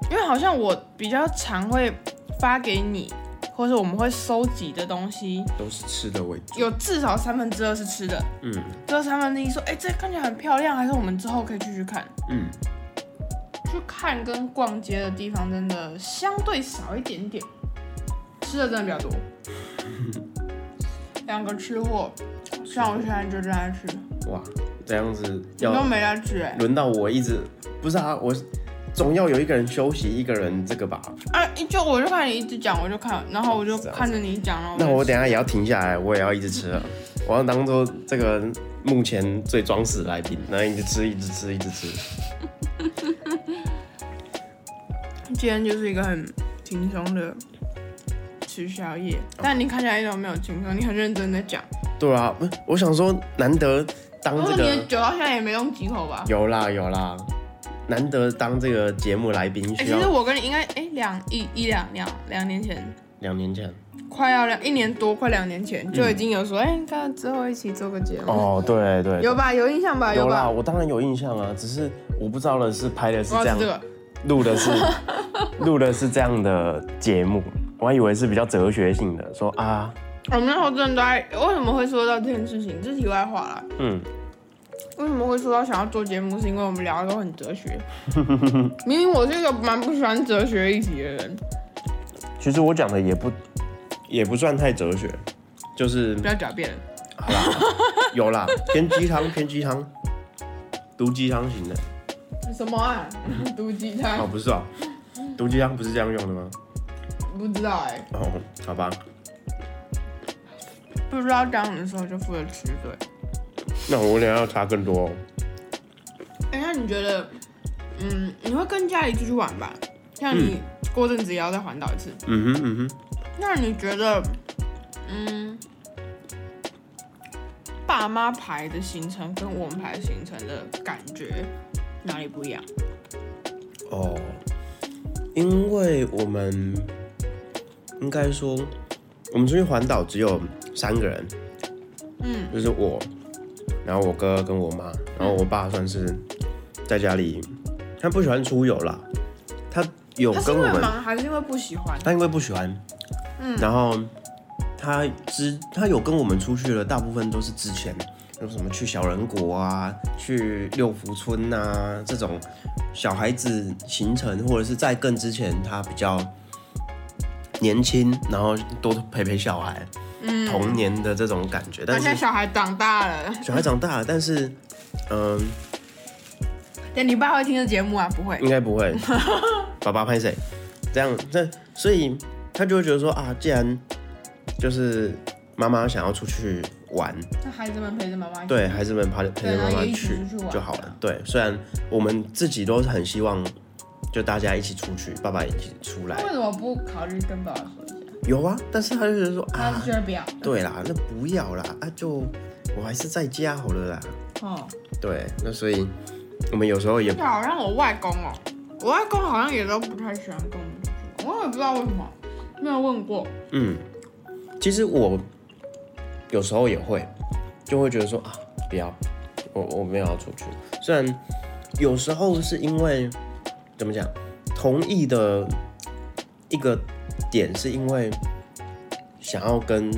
S2: 因为好像我比较常会发给你，或者我们会收集的东西，
S3: 都是吃的为主，
S2: 有至少三分之二是吃的，
S3: 嗯
S2: 只有三分之一说，哎、这看起来很漂亮，还是我们之后可以继续看。
S3: 嗯，
S2: 去看跟逛街的地方真的相对少一点点，吃的真的比较 多。两个吃货，像我现在就正在吃，
S3: 哇，这样子
S2: 你
S3: 要
S2: 都没在吃哎、
S3: 轮到我一直不是啊，我总要有一个人休息，一个人这个吧。
S2: 啊，一就我就看你一直讲，我就看，然后我就看着你讲，然后
S3: 那我
S2: 就
S3: 等一下也要停下来，我也要一直吃了，我要当做这个目前最装死的来宾，然后一直吃，一直吃，一直吃。
S2: 今天就是一个很轻松的吃宵夜，
S3: 哦
S2: 但你看起来一点都没有轻松，你很认真的讲，
S3: 对啊，不是，我想说难得当
S2: 不过哦
S3: 这
S2: 你的
S3: 个
S2: 酒到现在也没用几口吧？
S3: 有啦有啦，难得当这个节目来宾
S2: 哎、其
S3: 需
S2: 实
S3: 要
S2: 我跟你应该哎两一一两两两年前，
S3: 两年前。
S2: 快要两一年多，快两年前就已经有说，哎、看之后一起做个节目，
S3: 哦，对对
S2: 有吧？有印象吧？
S3: 有啦，
S2: 吧？
S3: 我当然有印象啊，只是我不知道的是拍的是
S2: 我要
S3: 这样
S2: 吃这。个，
S3: 录的是 录的是这样的节目，我还以为是比较哲学性的，说啊，
S2: 我们那时候真的都在，为什么会说到这件事情？这是题外话啦。
S3: 嗯，
S2: 为什么会说到想要做节目，是因为我们聊的都很哲 学。明明我是一个蛮不喜欢哲学议题的人，
S3: 其实我讲的也不也不算太哲学，就是
S2: 不要狡辩了。
S3: 好啦，有啦，偏鸡汤偏鸡汤，毒鸡汤型的，
S2: 什么 啊？毒鸡
S3: 哦
S2: 汤？
S3: 不是哦，毒鸡汤不是这样用的吗？
S2: 不知道哎、
S3: 哦，好吧，
S2: 不知道讲什么时候就负责吃对。
S3: 那我俩要查更多、哦，
S2: 哎、那你觉得，嗯，你会跟家里出去玩吧？像你过阵子也要再环岛一次，
S3: 嗯哼嗯哼，
S2: 那你觉得，嗯，爸妈排的行程跟我们排的行程的感觉哪里不一样？
S3: 哦，因为我们应该说，我们出去环岛只有三个人。
S2: 嗯
S3: 就是我，然后我哥跟我妈，然后我爸算是在家里，他不喜欢出游啦，他有
S2: 他是
S3: 跟
S2: 因
S3: 我
S2: 为
S3: 们，
S2: 忙还是因为不喜欢？
S3: 他因为不喜欢，
S2: 嗯
S3: 然后他之他有跟我们出去的，大部分都是之前有什么去小人国啊，去六福村啊这种小孩子行程，或者是在更之前他比较年轻，然后多陪陪小孩，
S2: 嗯，
S3: 童年的这种感觉，
S2: 而
S3: 但是
S2: 且。小孩长大 了，
S3: 小孩长大了，但是，嗯，
S2: 那你爸会听这节目啊？不会，
S3: 应该 不会。爸爸拍谁？这样，这所以他就会觉得说啊，既然就是妈妈想要出去玩，
S2: 那孩子们陪着妈妈。，
S3: 对孩子们陪陪着妈
S2: 对啊
S3: 妈
S2: 也一起
S3: 去
S2: 出去玩
S3: 就好了。
S2: 啊
S3: 对，虽然我们自己都是很希望，就大家一起出去，爸爸一起出来
S2: 为。什么不考虑跟爸爸说一下？
S3: 有啊，但是他就觉得说
S2: 他
S3: 啊
S2: 就，觉得不要。
S3: 对啦，那不要啦，啊就我还是在家好了啦。啊
S2: 哦，
S3: 对，那所以我们有时候也
S2: 就好像啊我外公哦，我外公好像也都不太喜欢跟我们出去，我也不知道为什么，没有问过。
S3: 嗯，其实我有时候也会，就会觉得说啊，不要，我我没有要出去。虽然有时候是因为怎么讲，同意的一个点是因为想要跟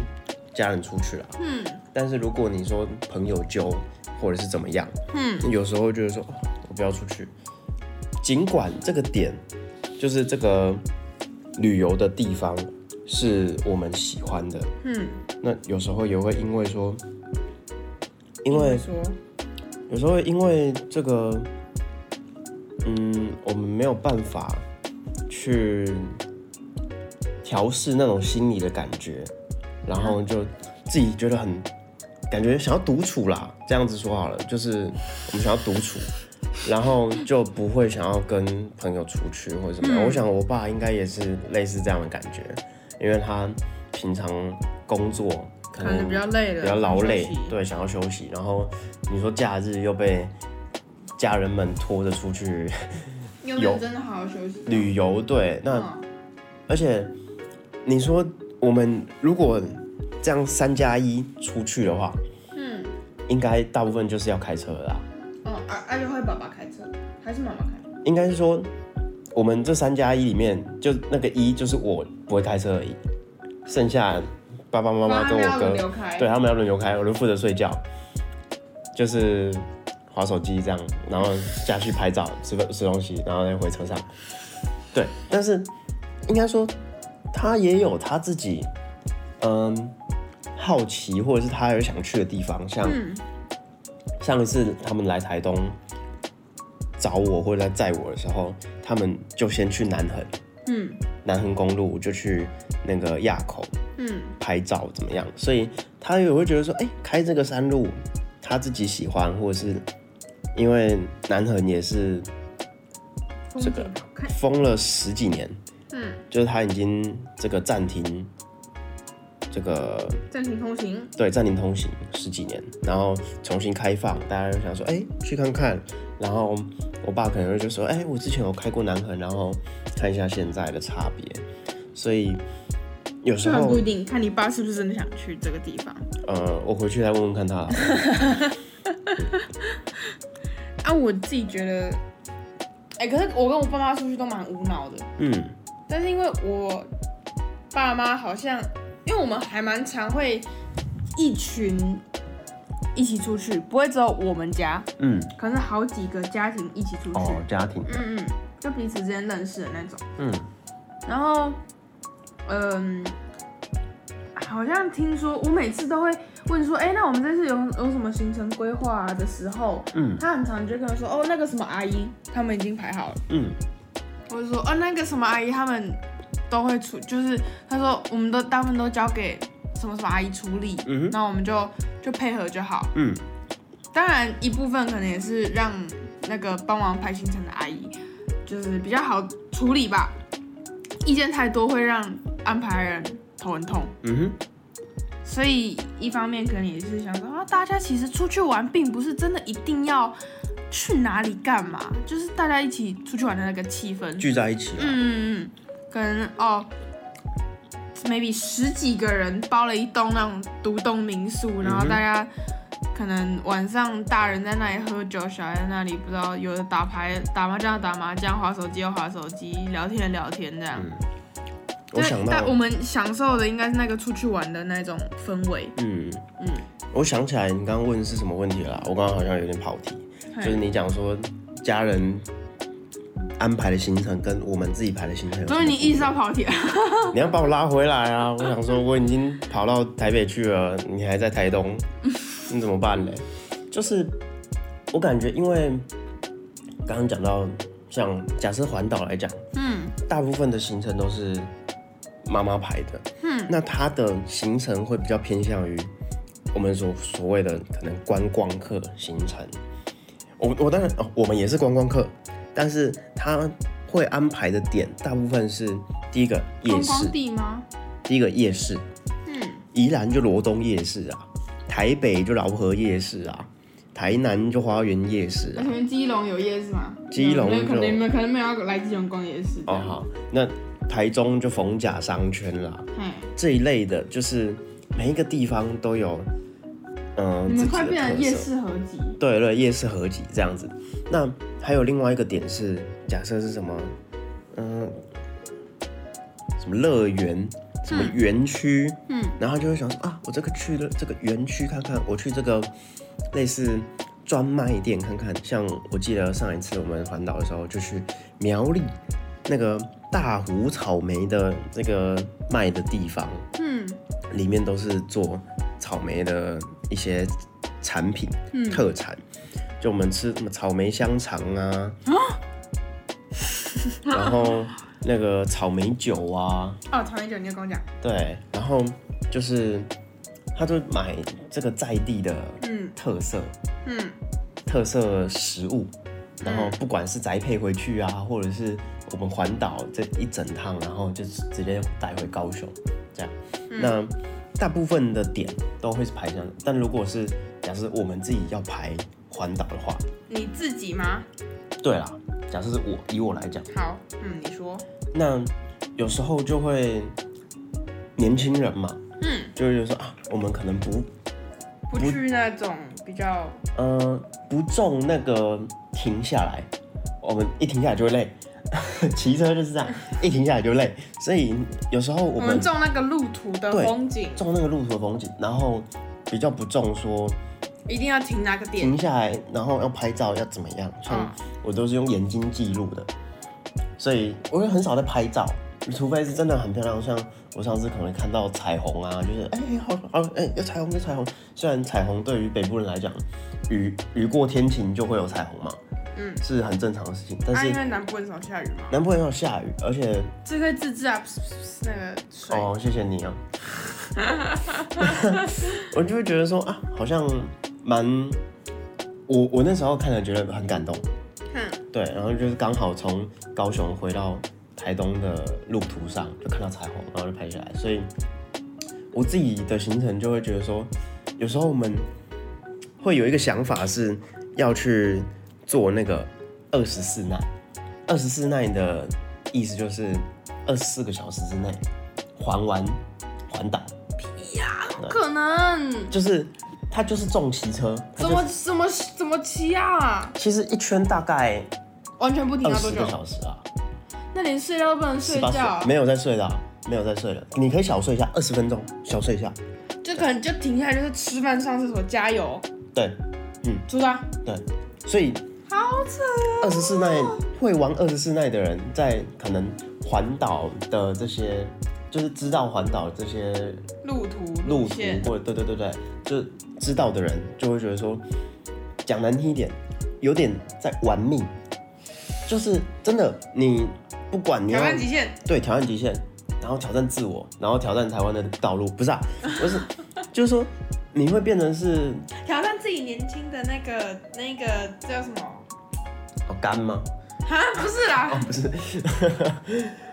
S3: 家人出去啦。
S2: 嗯
S3: 但是如果你说朋友揪或者是怎么样，
S2: 嗯，
S3: 有时候就是说哦我不要出去，尽管这个点就是这个旅游的地方是我们喜欢的，
S2: 嗯，
S3: 那有时候也会因为说，因
S2: 你
S3: 为
S2: 说
S3: 有时候会因为这个，嗯，我们没有办法去调试那种心理的感觉，然后就自己觉得很感觉想要独处啦，这样子说好了，就是我们想要独处，然后就不会想要跟朋友出去或者什么
S4: 嗯
S3: 样。我想我爸应该也是类似这样的感觉，因为他平常工作
S4: 可
S3: 可
S4: 能
S3: 能
S4: 比较累了，
S3: 比较劳累
S4: 休息，
S3: 对，想要休息。然后你说假日又被家人们拖着出去
S2: 有没有真的好好休息？
S3: 旅游，对，那、
S2: 嗯
S3: 而且你说我们如果这样三加一出去的话，
S2: 嗯
S3: 应该大部分就是要开车的啦。
S2: 哦，而而且会爸爸开车还是妈妈开？
S3: 应该是说我们这三加一里面，就那个一就是我不会开车而已，剩下爸爸妈妈跟
S2: 要
S3: 我
S2: 轮
S3: 哥，
S2: 流开，
S3: 对，他们要轮流开，我就负责睡觉，就是划手机这样，然后下去拍照、吃吃东西，然后再回车上。对，但是应该说他也有他自己，嗯，好奇或者是他有想去的地方，像、
S2: 嗯
S3: 上一次他们来台东找我或者来载我的时候，他们就先去南横，
S2: 嗯
S3: 南横公路就去那个垭口，
S2: 嗯
S3: 拍照怎么样，所以他也会觉得说，哎、开这个山路他自己喜欢，或者是因为南横也是
S2: 风
S3: 这
S2: 景
S3: 个
S2: 好看，
S3: 封了十几年，
S2: 嗯，
S3: 就是他已经这个暂停这个
S2: 暂停通行，
S3: 对暂停通行十几年，然后重新开放，大家就想说，哎、去看看。然后我爸可能会就说，哎、我之前有开过南横，然后看一下现在的差别。所以有时
S2: 这很
S3: 候
S2: 嗯不一定，看你爸是不是真的想去这个地方
S3: 呃，我回去再问问看他好了。
S2: 啊。我自己觉得，哎、可是我跟我爸妈出去都蛮无脑的，
S3: 嗯。
S2: 但是因为我爸妈好像，因为我们还蛮常会一群一起出去，不会只有我们家，
S3: 嗯，
S2: 可能是好几个家庭一起出去，
S3: 哦，家庭，
S2: 嗯嗯，就彼此之间认识的那种。
S3: 嗯
S2: 然后，嗯，好像听说我每次都会问说，哎，那我们这次有有什么行程规划、啊、的时候，
S3: 嗯
S2: 他很常就跟我说，哦，那个什么阿姨他们已经排好了，
S3: 嗯
S2: 我就说，哦，那个什么阿姨他们都会处，就是他说哦我们都大部分都交给什么什么阿姨处理，
S3: 嗯哼
S2: 那我们就就配合就好。
S3: 嗯
S2: 当然一部分可能也是让那个帮忙排行程的阿姨，就是比较好处理吧。意见太多会让安排人头很痛，
S3: 嗯
S2: 所以一方面可能也是想说啊，大家其实出去玩并不是真的一定要去哪里干嘛，就是大家一起出去玩的那个气氛
S3: 哼，。聚在一起
S2: 嗯
S3: 了，
S2: 嗯，嗯可能哦，maybe 十几个人包了一栋那种独栋民宿，然后
S3: 嗯哼
S2: 大家可能晚上大人在那里喝酒，小孩在那里不知道有的打牌、打麻将的打麻将，划手机又划手机，聊天的聊天这样。
S3: 嗯我
S2: 对
S3: 想
S2: 但我
S3: 到，
S2: 们享受的应该是那个出去玩的那种氛围。
S3: 嗯
S2: 嗯
S3: 我想起来你刚刚问是什么问题了啦，我刚刚好像有点跑题，
S2: 嘿
S3: 就是你讲说家人安排的行程跟我们自己排的行程有什么
S2: 终
S3: 不
S2: 于
S3: 一样，
S2: 你意识到跑题了，
S3: 你要把我拉回来啊！我想说，我已经跑到台北去了，你还在台东，你怎么办嘞？就是我感觉，因为刚刚讲到，像假设环岛来讲，
S2: 嗯，
S3: 大部分的行程都是妈妈排的，嗯，那她的行程会比较偏向于我们所所谓的可能观光客行程。我我当然哦，我们也是观光客，但是她会安排的点大部分是第一个夜
S2: 观
S3: 市，
S2: 光地吗？
S3: 第一个夜市，
S2: 嗯，
S3: 宜兰就罗东夜市啊，台北就饶河夜市啊，台南就花园夜市
S2: 那
S3: 啊
S2: 你。们基隆有夜市吗？
S3: 基隆
S2: 没有可
S3: 就
S2: 能你们可能没有要来基隆逛夜市。
S3: 哦好，那台中就逢甲商圈啦，
S2: 嘿。
S3: 这一类的，就是每一个地方都有，嗯、
S2: 你
S3: 自
S2: 们
S3: 己
S2: 快
S3: 的
S2: 变成
S3: 特
S2: 夜
S3: 色。
S2: 市合集，
S3: 对对，夜市合集这样子。那还有另外一个点是，假设是什么，嗯、什么乐园，什么园区，嗯，然后就会想说啊，我这个去了这个园区看看，我去这个类似专卖店看看。像我记得上一次我们环岛的时候，就去苗栗那个大湖草莓的这个卖的地方，
S2: 嗯
S3: 里面都是做草莓的一些产品、
S2: 嗯
S3: 特产，就我们吃什么草莓香肠啊，然后那个草莓酒啊，
S2: 哦，草莓酒你就跟我讲，
S3: 对，然后就是他就买这个在地的
S2: 嗯
S3: 特色、
S2: 嗯
S3: 特色食物，然后不管是宅配回去啊，或者是我们环岛这一整趟，然后就直接带回高雄，这样。那大部分的点都会是排这样，但如果是假设我们自己要排环岛的话，
S2: 你自己吗？
S3: 对啦，假设是我以我来讲，
S2: 好，嗯，你说，
S3: 那有时候就会年轻人嘛，
S2: 嗯，
S3: 就会觉得说啊，我们可能不
S2: 不去那种比较，
S3: 呃，不重那个停下来，我们一停下来就会累， 骑车就是这样，一停下来就累，所以有时候我
S2: 我
S3: 们
S2: 们种那个路途的
S3: 对
S2: 风景，
S3: 重那个路途的风景，然后比较不重说
S2: 一定要停哪个啊点？
S3: 停下来，然后要拍照要怎么样，
S2: 嗯
S3: 像我都是用眼睛记录的，所以我也很少在拍照。除非是真的很漂亮，像我上次可能看到彩虹啊，就是哎、好好哎、有彩虹有彩虹。虽然彩虹对于北部人来讲，雨雨过天晴就会有彩虹嘛，
S2: 嗯，
S3: 是很正常的事情。但
S2: 啊，
S3: 是
S2: 因为南部很少下雨嘛，
S3: 南部很少下雨，而 且
S2: 这个自制啊，噗噗噗那个水，
S3: 哦，谢谢你啊， 我就会觉得说啊，好像蛮我我那时候看了觉得很感动，
S2: 哼，
S3: 对，然后就是刚好从高雄回到台东的路途上，就看到彩虹，然后就拍下来。所以我自己的行程就会觉得说，有时候我们会有一个想法是要去做那个二十四耐。二十四耐的意思就是二十四个小时之内还完环岛，
S2: 不可能，
S3: 就是它就是重骑车，它
S2: 怎
S3: 就
S2: 么怎么怎么骑啊？
S3: 其实一圈大概
S2: 完全不停
S3: 二
S2: 要
S3: 十
S2: 多久？
S3: 个小时啊。
S2: 那连睡觉都不能睡
S3: 十八
S2: 觉
S3: 岁，没有在睡的啊、没有在睡的。你可以小睡一下，二十分钟小睡一下。
S2: 就可能就停下来，就是吃饭、上厕所、加油，
S3: 对
S2: 知道？
S3: 对，所以
S2: 好扯啊！
S3: 二十四耐会玩二十四耐的人，在可能环岛的这些，就是知道环岛这些
S2: 路途
S3: 路途
S2: 线，
S3: 或者对对对对，就知道的人就会觉得说，讲难听一点，有点在玩命，就是真的你不管你
S2: 挑
S3: 要
S2: 战极限，
S3: 对，挑战极限，然后挑战自我，然后挑战台湾的道路，不是啊，不是，就是说你会变成是
S2: 挑战自己年轻的那个那个叫什么？
S3: 好哦干吗？哦
S2: 哈，啊不是啦，
S3: 不是，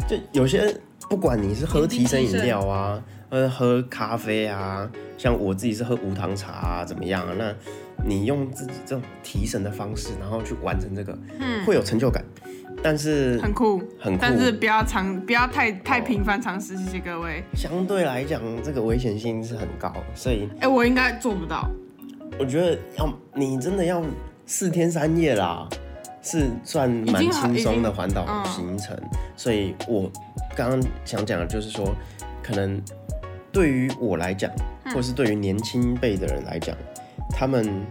S3: 就有些不管你是喝提神饮料啊，呃，喝咖啡啊，像我自己是喝无糖茶啊，怎么样啊？那你用自己这种提神的方式，然后去完成这个，会有成就感，但是
S2: 嗯很酷，
S3: 很酷
S2: 但是不要常，不要太太频繁尝试，谢谢各位。
S3: 相对来讲，这个危险性是很高的，所以。
S2: 哎、我应该做不到，
S3: 我觉得要你真的要四天三夜啦，是算蛮轻松的环岛行程。所以我刚刚想讲的就是说，可能对于我来讲，或是对于年轻辈的人来讲，他们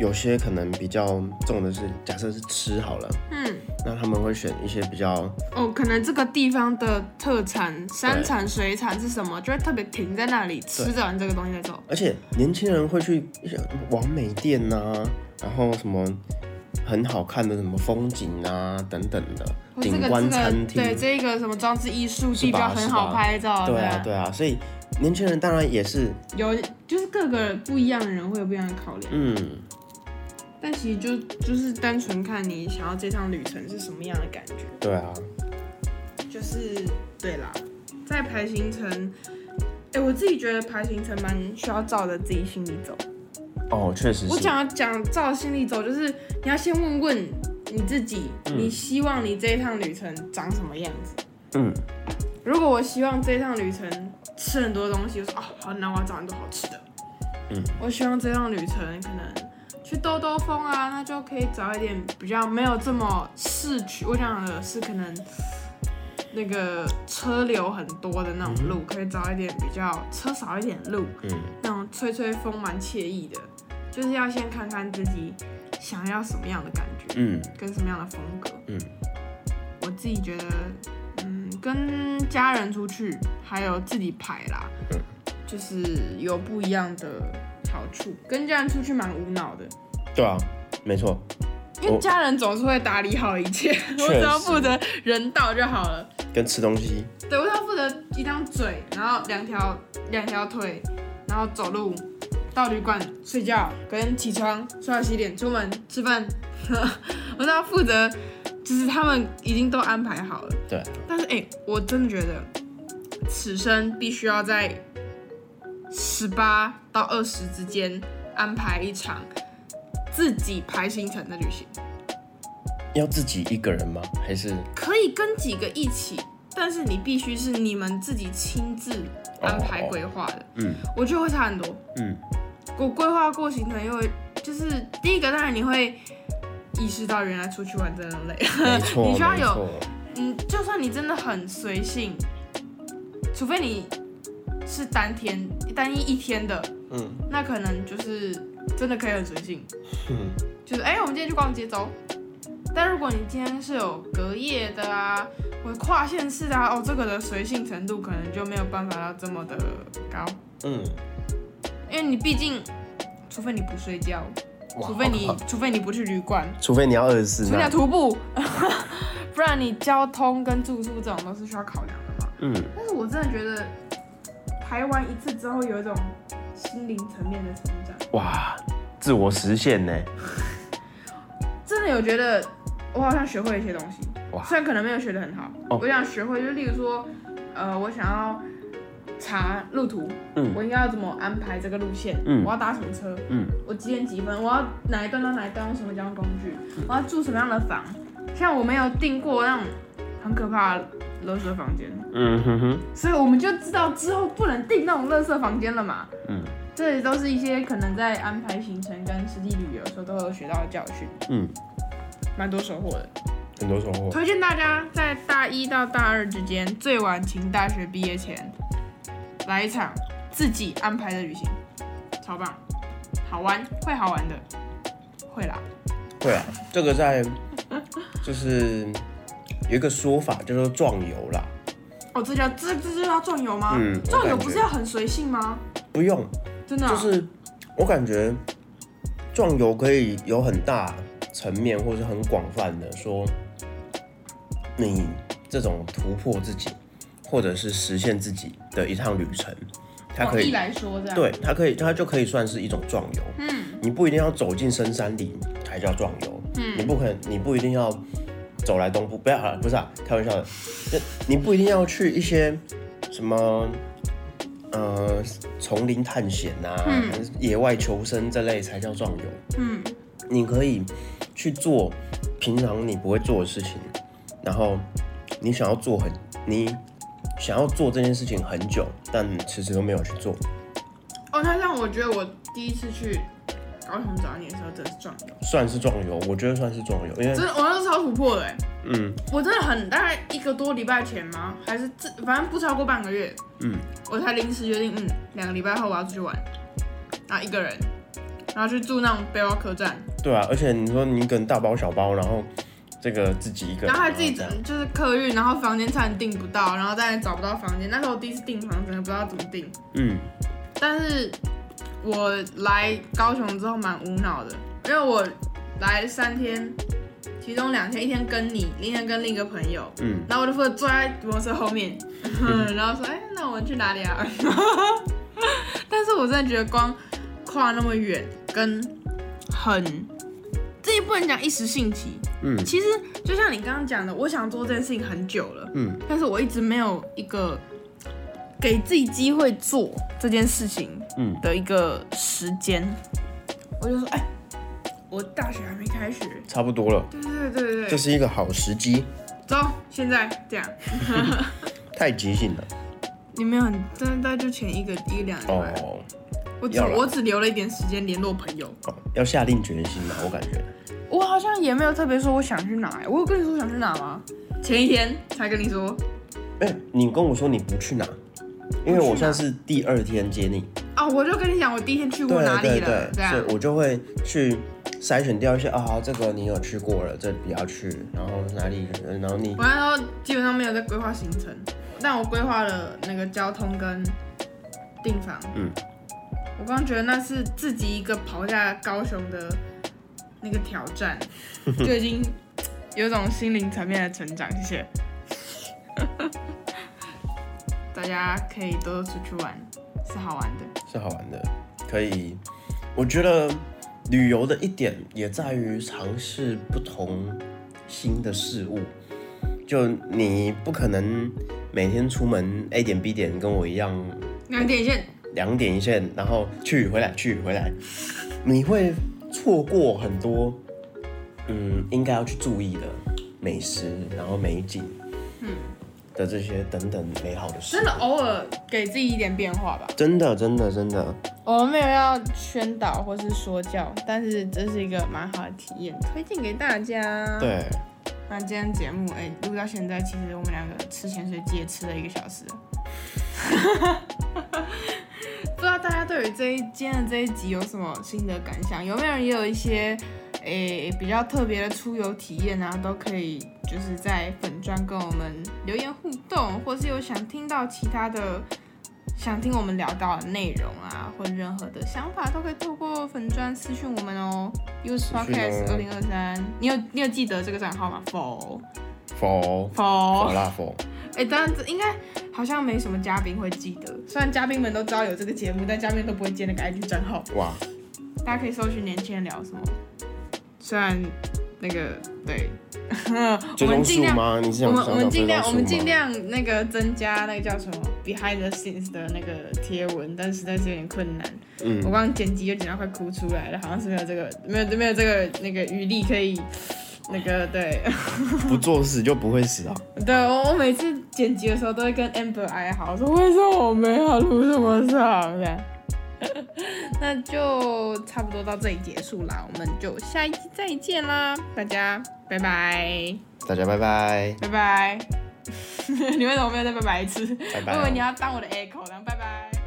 S3: 有些可能比较重的是，假设是吃好了，
S2: 嗯，
S3: 那他们会选一些比较
S2: 哦，可能这个地方的特产、山产、水产是什么，就会特别停在那里，吃着完这个东西再走。
S3: 而且年轻人会去一些完美店呐、然后什么很好看的什么风景啊等等的
S2: 或这
S3: 景
S2: 个
S3: 观
S2: 这
S3: 餐
S2: 个
S3: 厅，
S2: 对这个什么装置艺术
S3: 是
S2: 地标
S3: 吧
S2: 很好
S3: 是吧
S2: 拍照，
S3: 对啊对啊，所以年轻人当然也是，
S2: 有就是各个不一样的人会有不一样的考量，
S3: 嗯，
S2: 但其实就就是单纯看你想要这趟旅程是什么样的感觉，
S3: 对啊，
S2: 就是对啦，在排行程，哎、我自己觉得排行程蛮需要照着自己心里走。
S3: 哦，确实
S2: 我
S3: 是，
S2: 想要讲照心里走，就是你要先问问你自己，你希望你这一趟旅程长什么样子？
S3: 嗯，
S2: 如果我希望这一趟旅程吃很多东西，我说哦，好，那我要找很多好吃的。
S3: 嗯，
S2: 我希望这趟旅程可能去兜兜风啊，那就可以找一点比较没有这么市区。我讲的是可能那个车流很多的那种路，可以找一点比较车少一点的路，
S3: 嗯，
S2: 那种吹吹风蛮惬意的。就是要先看看自己想要什么样的感觉，
S3: 嗯，
S2: 跟什么样的风格。
S3: 嗯，
S2: 我自己觉得，嗯，跟家人出去还有自己排啦，
S3: 嗯
S2: 就是有不一样的好处。跟家人出去蛮无脑的，
S3: 对啊，没错，
S2: 因为
S3: 我
S2: 家人总是会打理好一切， 我只要负责人道就好了。
S3: 跟吃东西，
S2: 对，我只要负责一张嘴，然后两条两条腿，然后走路到旅馆睡觉，跟起床刷牙洗脸出门吃饭， 我只要负责，就是他们已经都安排好了。
S3: 对啊，
S2: 但是哎、欸我真的觉得，此生必须要在十八到二十之间安排一场自己排行程的旅行，
S3: 要自己一个人吗？还是
S2: 可以跟几个一起，但是你必须是你们自己亲自安排
S3: 哦
S2: 规划的。
S3: 嗯
S2: 我觉得会差很多。
S3: 嗯，
S2: 我规划过行程，因为就是第一个，当然你会意识到原来出去玩真的很累。
S3: 没错，
S2: 你需要有
S3: 没错
S2: 嗯，就算你真的很随性，除非你是单天单一一天的，
S3: 嗯
S2: 那可能就是真的可以很随性，
S3: 嗯
S2: 就是哎、我们今天去逛街走。但如果你今天是有隔夜的啊，或者跨县市的啊，哦，这个的随性程度可能就没有办法到这么的高，
S3: 嗯，
S2: 因为你毕竟，除非你不睡觉，
S3: 哇
S2: 除非你
S3: 好可啊
S2: 除非你不去旅馆，
S3: 怕除非你要二十四，
S2: 除非你要徒步， 不然你交通跟住宿这种都是需要考量的嘛。
S3: 嗯，
S2: 但是我真的觉得，排完一次之后有一种心灵层面的成长，
S3: 哇，自我实现呢，
S2: 真的有觉得我好像学会一些东西
S3: 哇，
S2: 虽然可能没有学得很好，
S3: 哦
S2: 我想学会，就例如说，呃，我想要查路途，
S3: 嗯
S2: 我应该要怎么安排这个路线，
S3: 嗯
S2: 我要搭什么车，
S3: 嗯，
S2: 我几点几分，我要哪一段到哪一段，用什么交通工具，
S3: 嗯
S2: 我要住什么样的房，像我没有订过那种很可怕的垃圾房间。
S3: 嗯哼哼，
S2: 所以我们就知道之后不能订那种垃圾房间了嘛。
S3: 嗯，
S2: 这都是一些可能在安排行程跟实际旅游的时候都有学到的教训，
S3: 嗯，
S2: 蛮多收获的。
S3: 很多收获，
S2: 推荐大家在大一到大二之间，最晚请大学毕业前，来一场自己安排的旅行，超棒，好玩，会好玩的，会啦。
S3: 会啊，这个在就是有一个说法叫做壮游啦，
S2: 哦，这叫这这就叫壮游吗？
S3: 嗯我
S2: 壮游
S3: 感觉
S2: 不是要很随性吗？
S3: 不用，
S2: 真的啊、
S3: 就是我感觉壮游可以有很大层面或是很广泛的说，你这种突破自己或者是实现自己的一趟旅程，它可
S2: 广义
S3: 以。
S2: 来说这样。
S3: 对，它可以，它就可以算是一种壮游。嗯，你不一定要走进深山里才叫壮游。嗯，你不可能，你不一定要走来东部，不要，啊不是啊，开玩笑的。那你不一定要去一些什么，呃，丛林探险呐、啊，还是野外求生这类才叫壮游。嗯，你可以去做平常你不会做的事情，然后你想要做很你。想要做这件事情很久，但迟迟都没有去做。
S2: 哦，那像我觉得我第一次去高雄找你的时候，真的是撞到，
S3: 算是壮游，我觉得算是壮游，因为
S2: 真的，我那时候超突破的欸，
S3: 嗯
S2: 我真的很大概一个多礼拜前吗？还是这反正不超过半个月，
S3: 嗯，
S2: 我才临时决定，嗯，两个礼拜后我要出去玩，然后一个人，然后去住那种背包客栈，
S3: 对啊，而且你说你一个人大包小包，然后这个自己一个人，
S2: 然后还自己
S3: 这样
S2: 就是客运，然后房间差点订不到，然后再找不到房间，那时候我第一次订房，真的不知道怎么订，
S3: 嗯
S2: 但是我来高雄之后蛮无脑的，因为我来三天，其中两天一天跟你，另一天跟另一个朋友，
S3: 嗯，
S2: 然后我就负责坐在摩托车后面，然后说，哎、那我们去哪里啊？ 但是我真的觉得光跨那么远，跟很，这也不能讲一时兴起，
S3: 嗯
S2: 其实就像你刚刚讲的，我想做这件事情很久了，
S3: 嗯，
S2: 但是我一直没有一个给自己机会做这件事情，
S3: 嗯
S2: 的一个时间，我就说，哎，我大学还没开学，
S3: 差不多了，
S2: 对对对对
S3: 这
S2: 对，
S3: 是一个好时机，
S2: 走，现在这样，
S3: 太急性了
S2: 你没有很，但大概就前一个一个两个礼拜，
S3: 哦
S2: 我只
S3: 要啦
S2: 我只留了一点时间联络朋友，
S3: 哦，要下定决心了，我感觉
S2: 我好像也没有特别说我想去哪，哎我有跟你说我想去哪吗？前一天才跟你说，
S3: 哎、你跟我说你不去哪，因为
S2: 不去哪
S3: 我算是第二天接你，
S2: 哦啊，我就跟你讲我第一天去过
S3: 对
S2: 哪里
S3: 对
S2: 了，这
S3: 对，
S2: 样
S3: 所以我就会去筛选掉一些啊、好这个你有去过了，这不要去，然后哪里，呃然后你
S2: 我那时候基本上没有在规划行程，但我规划了那个交通跟订房。
S3: 嗯，
S2: 我刚刚觉得那是自己一个跑下高雄的那个挑 战，就已经有一种心灵层面的成长。谢谢， 大家可以多多出去玩，是好玩的。
S3: 是好玩的，可以。我觉得旅游的一点也在于尝试不同新的事物。就你不可能每天出门 A 点 B 点跟我一样
S2: 两点一线，
S3: 两点一线，然后去回来去回来，你会错过很多，嗯，应该要去注意的美食，然后美景，嗯，的这些等等美好的事
S2: 真。的偶尔给自己一点变化吧。
S3: 真的，真的，真的，
S2: 我哦们没有要宣导或是说教，但是这是一个蛮好的体验，推荐给大家。，
S3: 对，
S2: 那今天节目哎录、到现在，其实我们两个吃咸水鸡也吃了一个小时了。不知道大家对于这一今天的这一集有什么新的感想？有没有人也有一些诶、比较特别的出游体验啊？都可以就是在粉砖跟我们留言互动，或是有想听到其他的。想听我们聊到的内容啊，或任何的想法，都可以透过粉砖私讯我们哦。Use
S3: 私讯
S2: Podcast 二
S3: 哦
S2: 零二三，你有你有记得这个账号吗？否
S3: 否，
S2: 否
S3: 否，啦否，
S2: 哎、当然这应该好像没什么嘉宾会记得，虽然嘉宾们都知道有这个节目，但嘉宾都不会接那个 IG 账号。
S3: 哇，
S2: 大家可以搜寻“年轻人聊什么”，虽然那个 对，我
S3: 追
S2: 们
S3: 踪
S2: 尽
S3: 数
S2: 量，
S3: 吗？你是
S2: 我
S3: 想
S2: 们我
S3: 想
S2: 们
S3: 找
S2: 尽
S3: 追踪
S2: 量我
S3: 数
S2: 们尽
S3: 吗？
S2: 量那个增加那个叫什么 behind the scenes 的那个贴文，但实在是有点困难。我
S3: 嗯，
S2: 刚刚剪辑就剪到快哭出来了，好像是没有这个没有没有这个那个余力可以那个对。
S3: 不做事就不会死啊。
S2: 对我，我每次剪辑的时候都会跟 Amber 哀嚎说：“为什么我没有录这么长的？” 那就差不多到这里结束啦，我们就下一期再见啦，大家拜拜
S3: 大家拜拜，
S2: 拜拜。你为什么没有再拜拜一次？
S3: 拜
S2: 我
S3: 拜哦。
S2: 以为你要当我的 echo，然后拜拜。